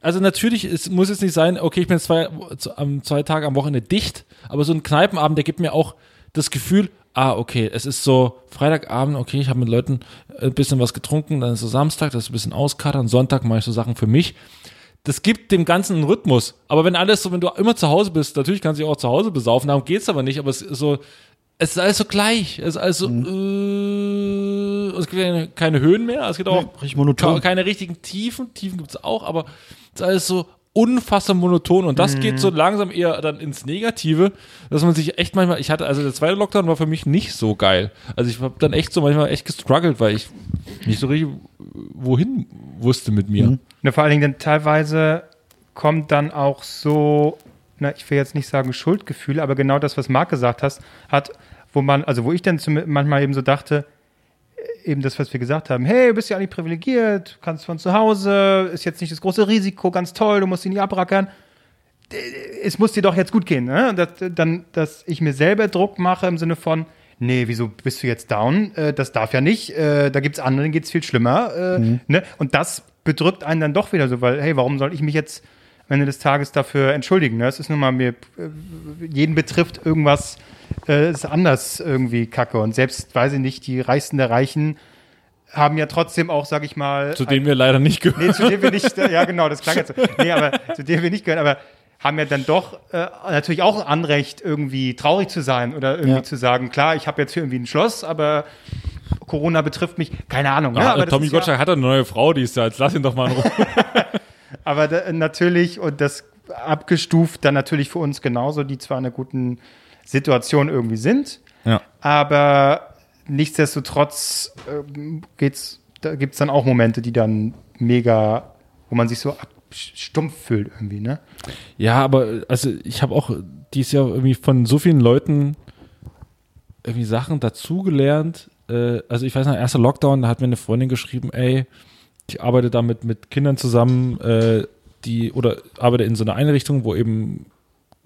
also natürlich, es muss jetzt nicht sein, okay, ich bin jetzt zwei, zu- am- zwei Tage am Wochenende dicht, aber so ein Kneipenabend, der gibt mir auch das Gefühl, ah, okay, es ist so Freitagabend, okay, ich habe mit Leuten ein bisschen was getrunken, dann ist so Samstag, das ist ein bisschen auskatern, Sonntag mache ich so Sachen für mich. Das gibt dem Ganzen einen Rhythmus. Aber wenn alles so, wenn du immer zu Hause bist, natürlich kannst du dich auch zu Hause besaufen, darum geht's aber nicht, aber es ist so, es ist alles so gleich. Es ist alles Mhm. so, äh, es gibt keine, keine Höhen mehr, es gibt auch richtig monoton. keine richtigen Tiefen, Tiefen gibt's auch, aber es ist alles so unfassbar monoton und Mhm. das geht so langsam eher dann ins Negative, dass man sich echt manchmal, ich hatte, also der zweite Lockdown war für mich nicht so geil. Also ich habe dann echt so manchmal echt gestruggelt, weil ich nicht so richtig wohin wusste mit mir. Mhm. Na, vor allen Dingen dann teilweise kommt dann auch so, na, ich will jetzt nicht sagen Schuldgefühle, aber genau das, was Marc gesagt hast, hat, wo man, also wo ich dann zum, manchmal eben so dachte, äh, eben das, was wir gesagt haben, hey, bist ja eigentlich privilegiert, kannst von zu Hause, ist jetzt nicht das große Risiko, ganz toll, du musst dich nicht abrackern. D- Es muss dir doch jetzt gut gehen, ne? Und Das, dann, dass ich mir selber Druck mache im Sinne von, nee, wieso bist du jetzt down? Äh, Das darf ja nicht. Äh, Da gibt's anderen, denen geht's viel schlimmer. äh, Ne? Und das bedrückt einen dann doch wieder so, weil, hey, warum soll ich mich jetzt am Ende des Tages dafür entschuldigen? Ne? Es ist nun mal mir, äh, jeden betrifft irgendwas, äh, ist anders irgendwie kacke. Und selbst, weiß ich nicht, die Reichsten der Reichen haben ja trotzdem auch, sag ich mal, Zu dem wir leider nicht gehören. Nee, zu dem wir nicht, ja genau, das klang jetzt so. Nee, aber zu dem wir nicht gehören, aber haben ja dann doch äh, natürlich auch ein Anrecht, irgendwie traurig zu sein oder irgendwie Ja. zu sagen, klar, ich habe jetzt hier irgendwie ein Schloss, aber Corona betrifft mich, keine Ahnung. ne? Ah, aber das Tommy ist ja- Gottschalk hat eine neue Frau, die ist da, jetzt lass ihn doch mal in Ruhe. Aber da, natürlich, und das abgestuft dann natürlich für uns genauso, die zwar in einer guten Situation irgendwie sind, <laughs> Ja. aber nichtsdestotrotz ähm, geht's, da gibt es dann auch Momente, die dann mega, wo man sich so ab stumpf fühlt irgendwie, ne? Ja, aber also ich habe auch dieses Jahr irgendwie von so vielen Leuten irgendwie Sachen dazugelernt. Äh, also ich weiß noch, erster Lockdown, da hat mir eine Freundin geschrieben, ey, ich arbeite damit mit Kindern zusammen, äh, die oder arbeite in so einer Einrichtung, wo eben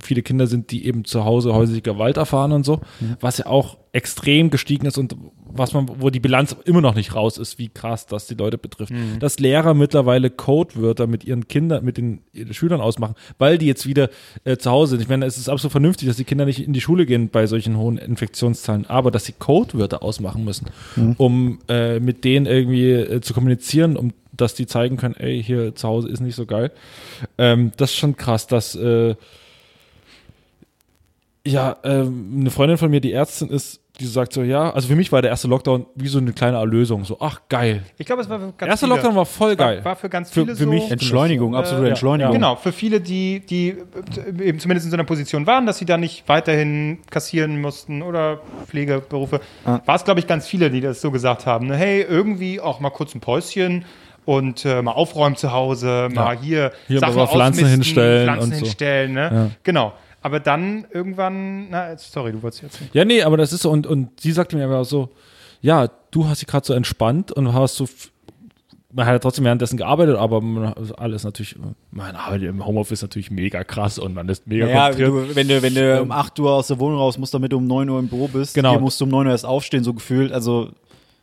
viele Kinder sind, die eben zu Hause häusliche Gewalt erfahren und so, was ja auch extrem gestiegen ist und was man, wo die Bilanz immer noch nicht raus ist, wie krass das die Leute betrifft. Dass Lehrer mittlerweile Codewörter mit ihren Kindern, mit den Schülern ausmachen, weil die jetzt wieder äh, zu Hause sind. Ich meine, es ist absolut vernünftig, dass die Kinder nicht in die Schule gehen bei solchen hohen Infektionszahlen, aber dass sie Codewörter ausmachen müssen, um äh, mit denen irgendwie äh, zu kommunizieren, um dass die zeigen können, ey, hier zu Hause ist nicht so geil. Ähm, das ist schon krass, dass äh, ja, ähm, eine Freundin von mir, die Ärztin ist, die sagt so, ja, also für mich war der erste Lockdown wie so eine kleine Erlösung. So, ach geil. Ich glaube, es war für ganz Der erste viele. Lockdown war voll geil. War, war für ganz Für- viele für so. mich- Entschleunigung, absolute Äh, ja. Entschleunigung. Genau, für viele, die, die äh, eben zumindest in so einer Position waren, dass sie da nicht weiterhin kassieren mussten oder Pflegeberufe, war es, glaube ich, ganz viele, die das so gesagt haben. Ne? Hey, irgendwie auch mal kurz ein Päuschen und äh, mal aufräumen zu Hause, mal hier, Hier mal Pflanzen ausmisten, hinstellen Pflanzen und so. hinstellen, ne? Genau. Aber dann irgendwann, na, sorry, du wolltest jetzt. Ja, nee, aber das ist so. Und, und sie sagte mir aber auch so, ja, du hast dich gerade so entspannt und hast so. f- Man hat ja trotzdem währenddessen gearbeitet, aber man, also alles natürlich, man arbeitet im Homeoffice natürlich mega krass und man ist mega Ja, konzentriert. du, wenn du, wenn du um 8 Uhr aus der Wohnung raus musst, damit du um 9 Uhr im Büro bist, Genau. hier musst du um 9 Uhr erst aufstehen, so gefühlt. Also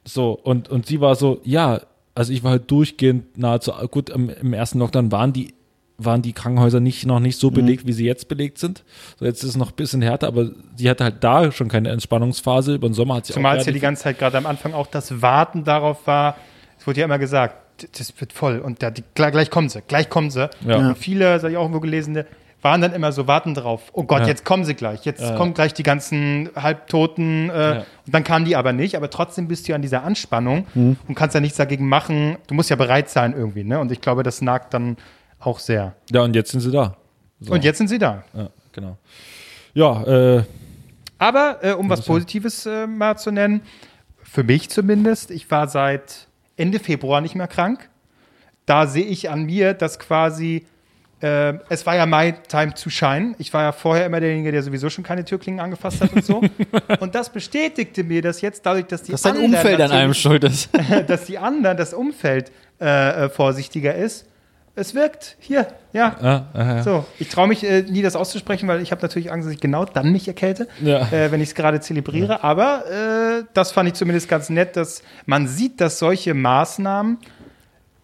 So, und, und sie war so, ja, also ich war halt durchgehend nahezu, gut, im, im ersten Lockdown waren die, waren die Krankenhäuser nicht, noch nicht Mhm. so belegt, wie sie jetzt belegt sind. So, jetzt ist es noch ein bisschen härter, aber sie hatte halt da schon keine Entspannungsphase. Über den Sommer hat sie Zumal auch es ja die relativ- ganze Zeit gerade am Anfang auch das Warten darauf war. Es wurde ja immer gesagt, d- das wird voll und da, die, gleich, gleich kommen sie, gleich kommen sie. Ja. Ja. Und viele, das habe ich auch irgendwo gelesen, waren dann immer so warten drauf. Oh Gott, Ja. jetzt kommen sie gleich. Jetzt kommen gleich die ganzen Halbtoten. Äh, Ja. Und dann kamen die aber nicht. Aber trotzdem bist du ja an dieser Anspannung Mhm. und kannst ja nichts dagegen machen. Du musst ja bereit sein irgendwie. Ne? Und ich glaube, das nagt dann auch sehr. Ja, und jetzt sind sie da. So. Und jetzt sind sie da. Ja, genau. Ja, äh, Aber äh, um was Positives äh, mal zu nennen, für mich zumindest, ich war seit Ende Februar nicht mehr krank. Da sehe ich an mir, dass quasi, äh, es war ja my time to shine. Ich war ja vorher immer derjenige, der sowieso schon keine Türklingen angefasst hat und <laughs> so. und das bestätigte mir, dass jetzt dadurch, dass die dass dein anderen Umfeld an natürlich- einem schuld ist. <laughs> dass die anderen, das Umfeld äh, äh, vorsichtiger ist. Es wirkt. Hier, ja. So, ich traue mich äh, nie, das auszusprechen, weil ich habe natürlich Angst, dass ich genau dann mich erkälte, Ja. äh, wenn ich es gerade zelebriere. Aber äh, das fand ich zumindest ganz nett, dass man sieht, dass solche Maßnahmen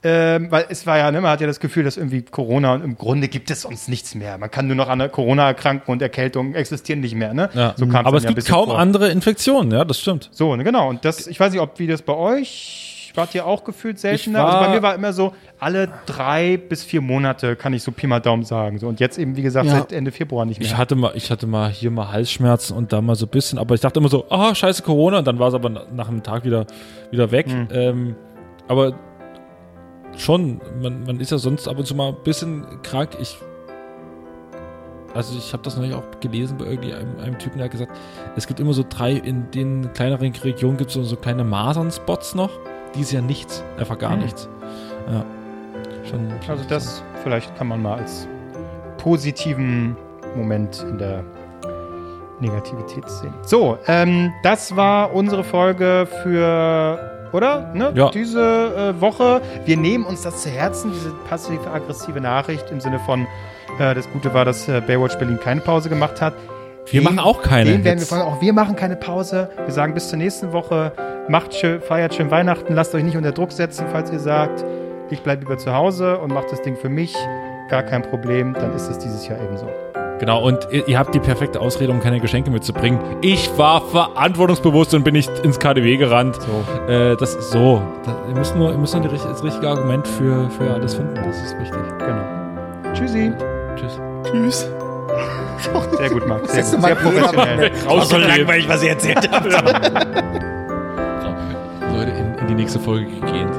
Ähm, weil es war ja, ne, man hat ja das Gefühl, dass irgendwie Corona und im Grunde gibt es uns nichts mehr. Man kann nur noch an der Corona erkranken und Erkältung existieren nicht mehr. Ne? Ja. So kam's Aber dann es ja ein gibt bisschen kaum vor. andere Infektionen, ja, das stimmt. So, ne, genau. Und das, ich weiß nicht, ob wie das bei euch wart ihr auch gefühlt seltener. war- also bei mir war immer so, alle drei bis vier Monate kann ich so Pi mal Daumen sagen. So, und jetzt eben, wie gesagt, Ja. seit Ende Februar nicht mehr. Ich hatte mal, ich hatte mal hier mal Halsschmerzen und da mal so ein bisschen, aber ich dachte immer so, ah, scheiße Corona, und dann war es aber na- nach einem Tag wieder, wieder weg. Mhm. Ähm, aber schon, man, man ist ja sonst ab und zu mal ein bisschen krank. Ich, also ich habe das neulich auch gelesen bei irgendwie einem, einem Typen, der hat gesagt, es gibt immer so drei, in den kleineren Regionen gibt es so, so kleine Masern-Spots noch, die ist ja nichts, einfach gar nichts. Ja, schon. Mhm. Also das vielleicht kann man mal als positiven Moment in der Negativität sehen. So, ähm, das war unsere Folge für, oder? Ne? Ja. Diese äh, Woche. Wir nehmen uns das zu Herzen, diese passiv-aggressive Nachricht im Sinne von, äh, das Gute war, dass äh, Baywatch Berlin keine Pause gemacht hat. Wir machen auch keine Dem werden wir jetzt. folgen. Auch wir machen keine Pause. Wir sagen bis zur nächsten Woche. Macht schön, feiert schön Weihnachten. Lasst euch nicht unter Druck setzen, falls ihr sagt, ich bleibe lieber zu Hause und mache das Ding für mich. Gar kein Problem. Dann ist es dieses Jahr ebenso. Genau, und ihr, ihr habt die perfekte Ausrede, um keine Geschenke mitzubringen. Ich war verantwortungsbewusst und bin nicht ins KDW gerannt. So. Äh, das ist so. Da, ihr müsst nur, ihr müsst nur die, richt- das richtige Argument für, für alles finden. Das ist wichtig. Genau. Tschüssi. Tschüss. Tschüss. Sehr gut, Max. Sehr, gut. Sehr professionell. War so langweilig, was ihr erzählt habt. Leute, in, in die nächste Folge gegähnt.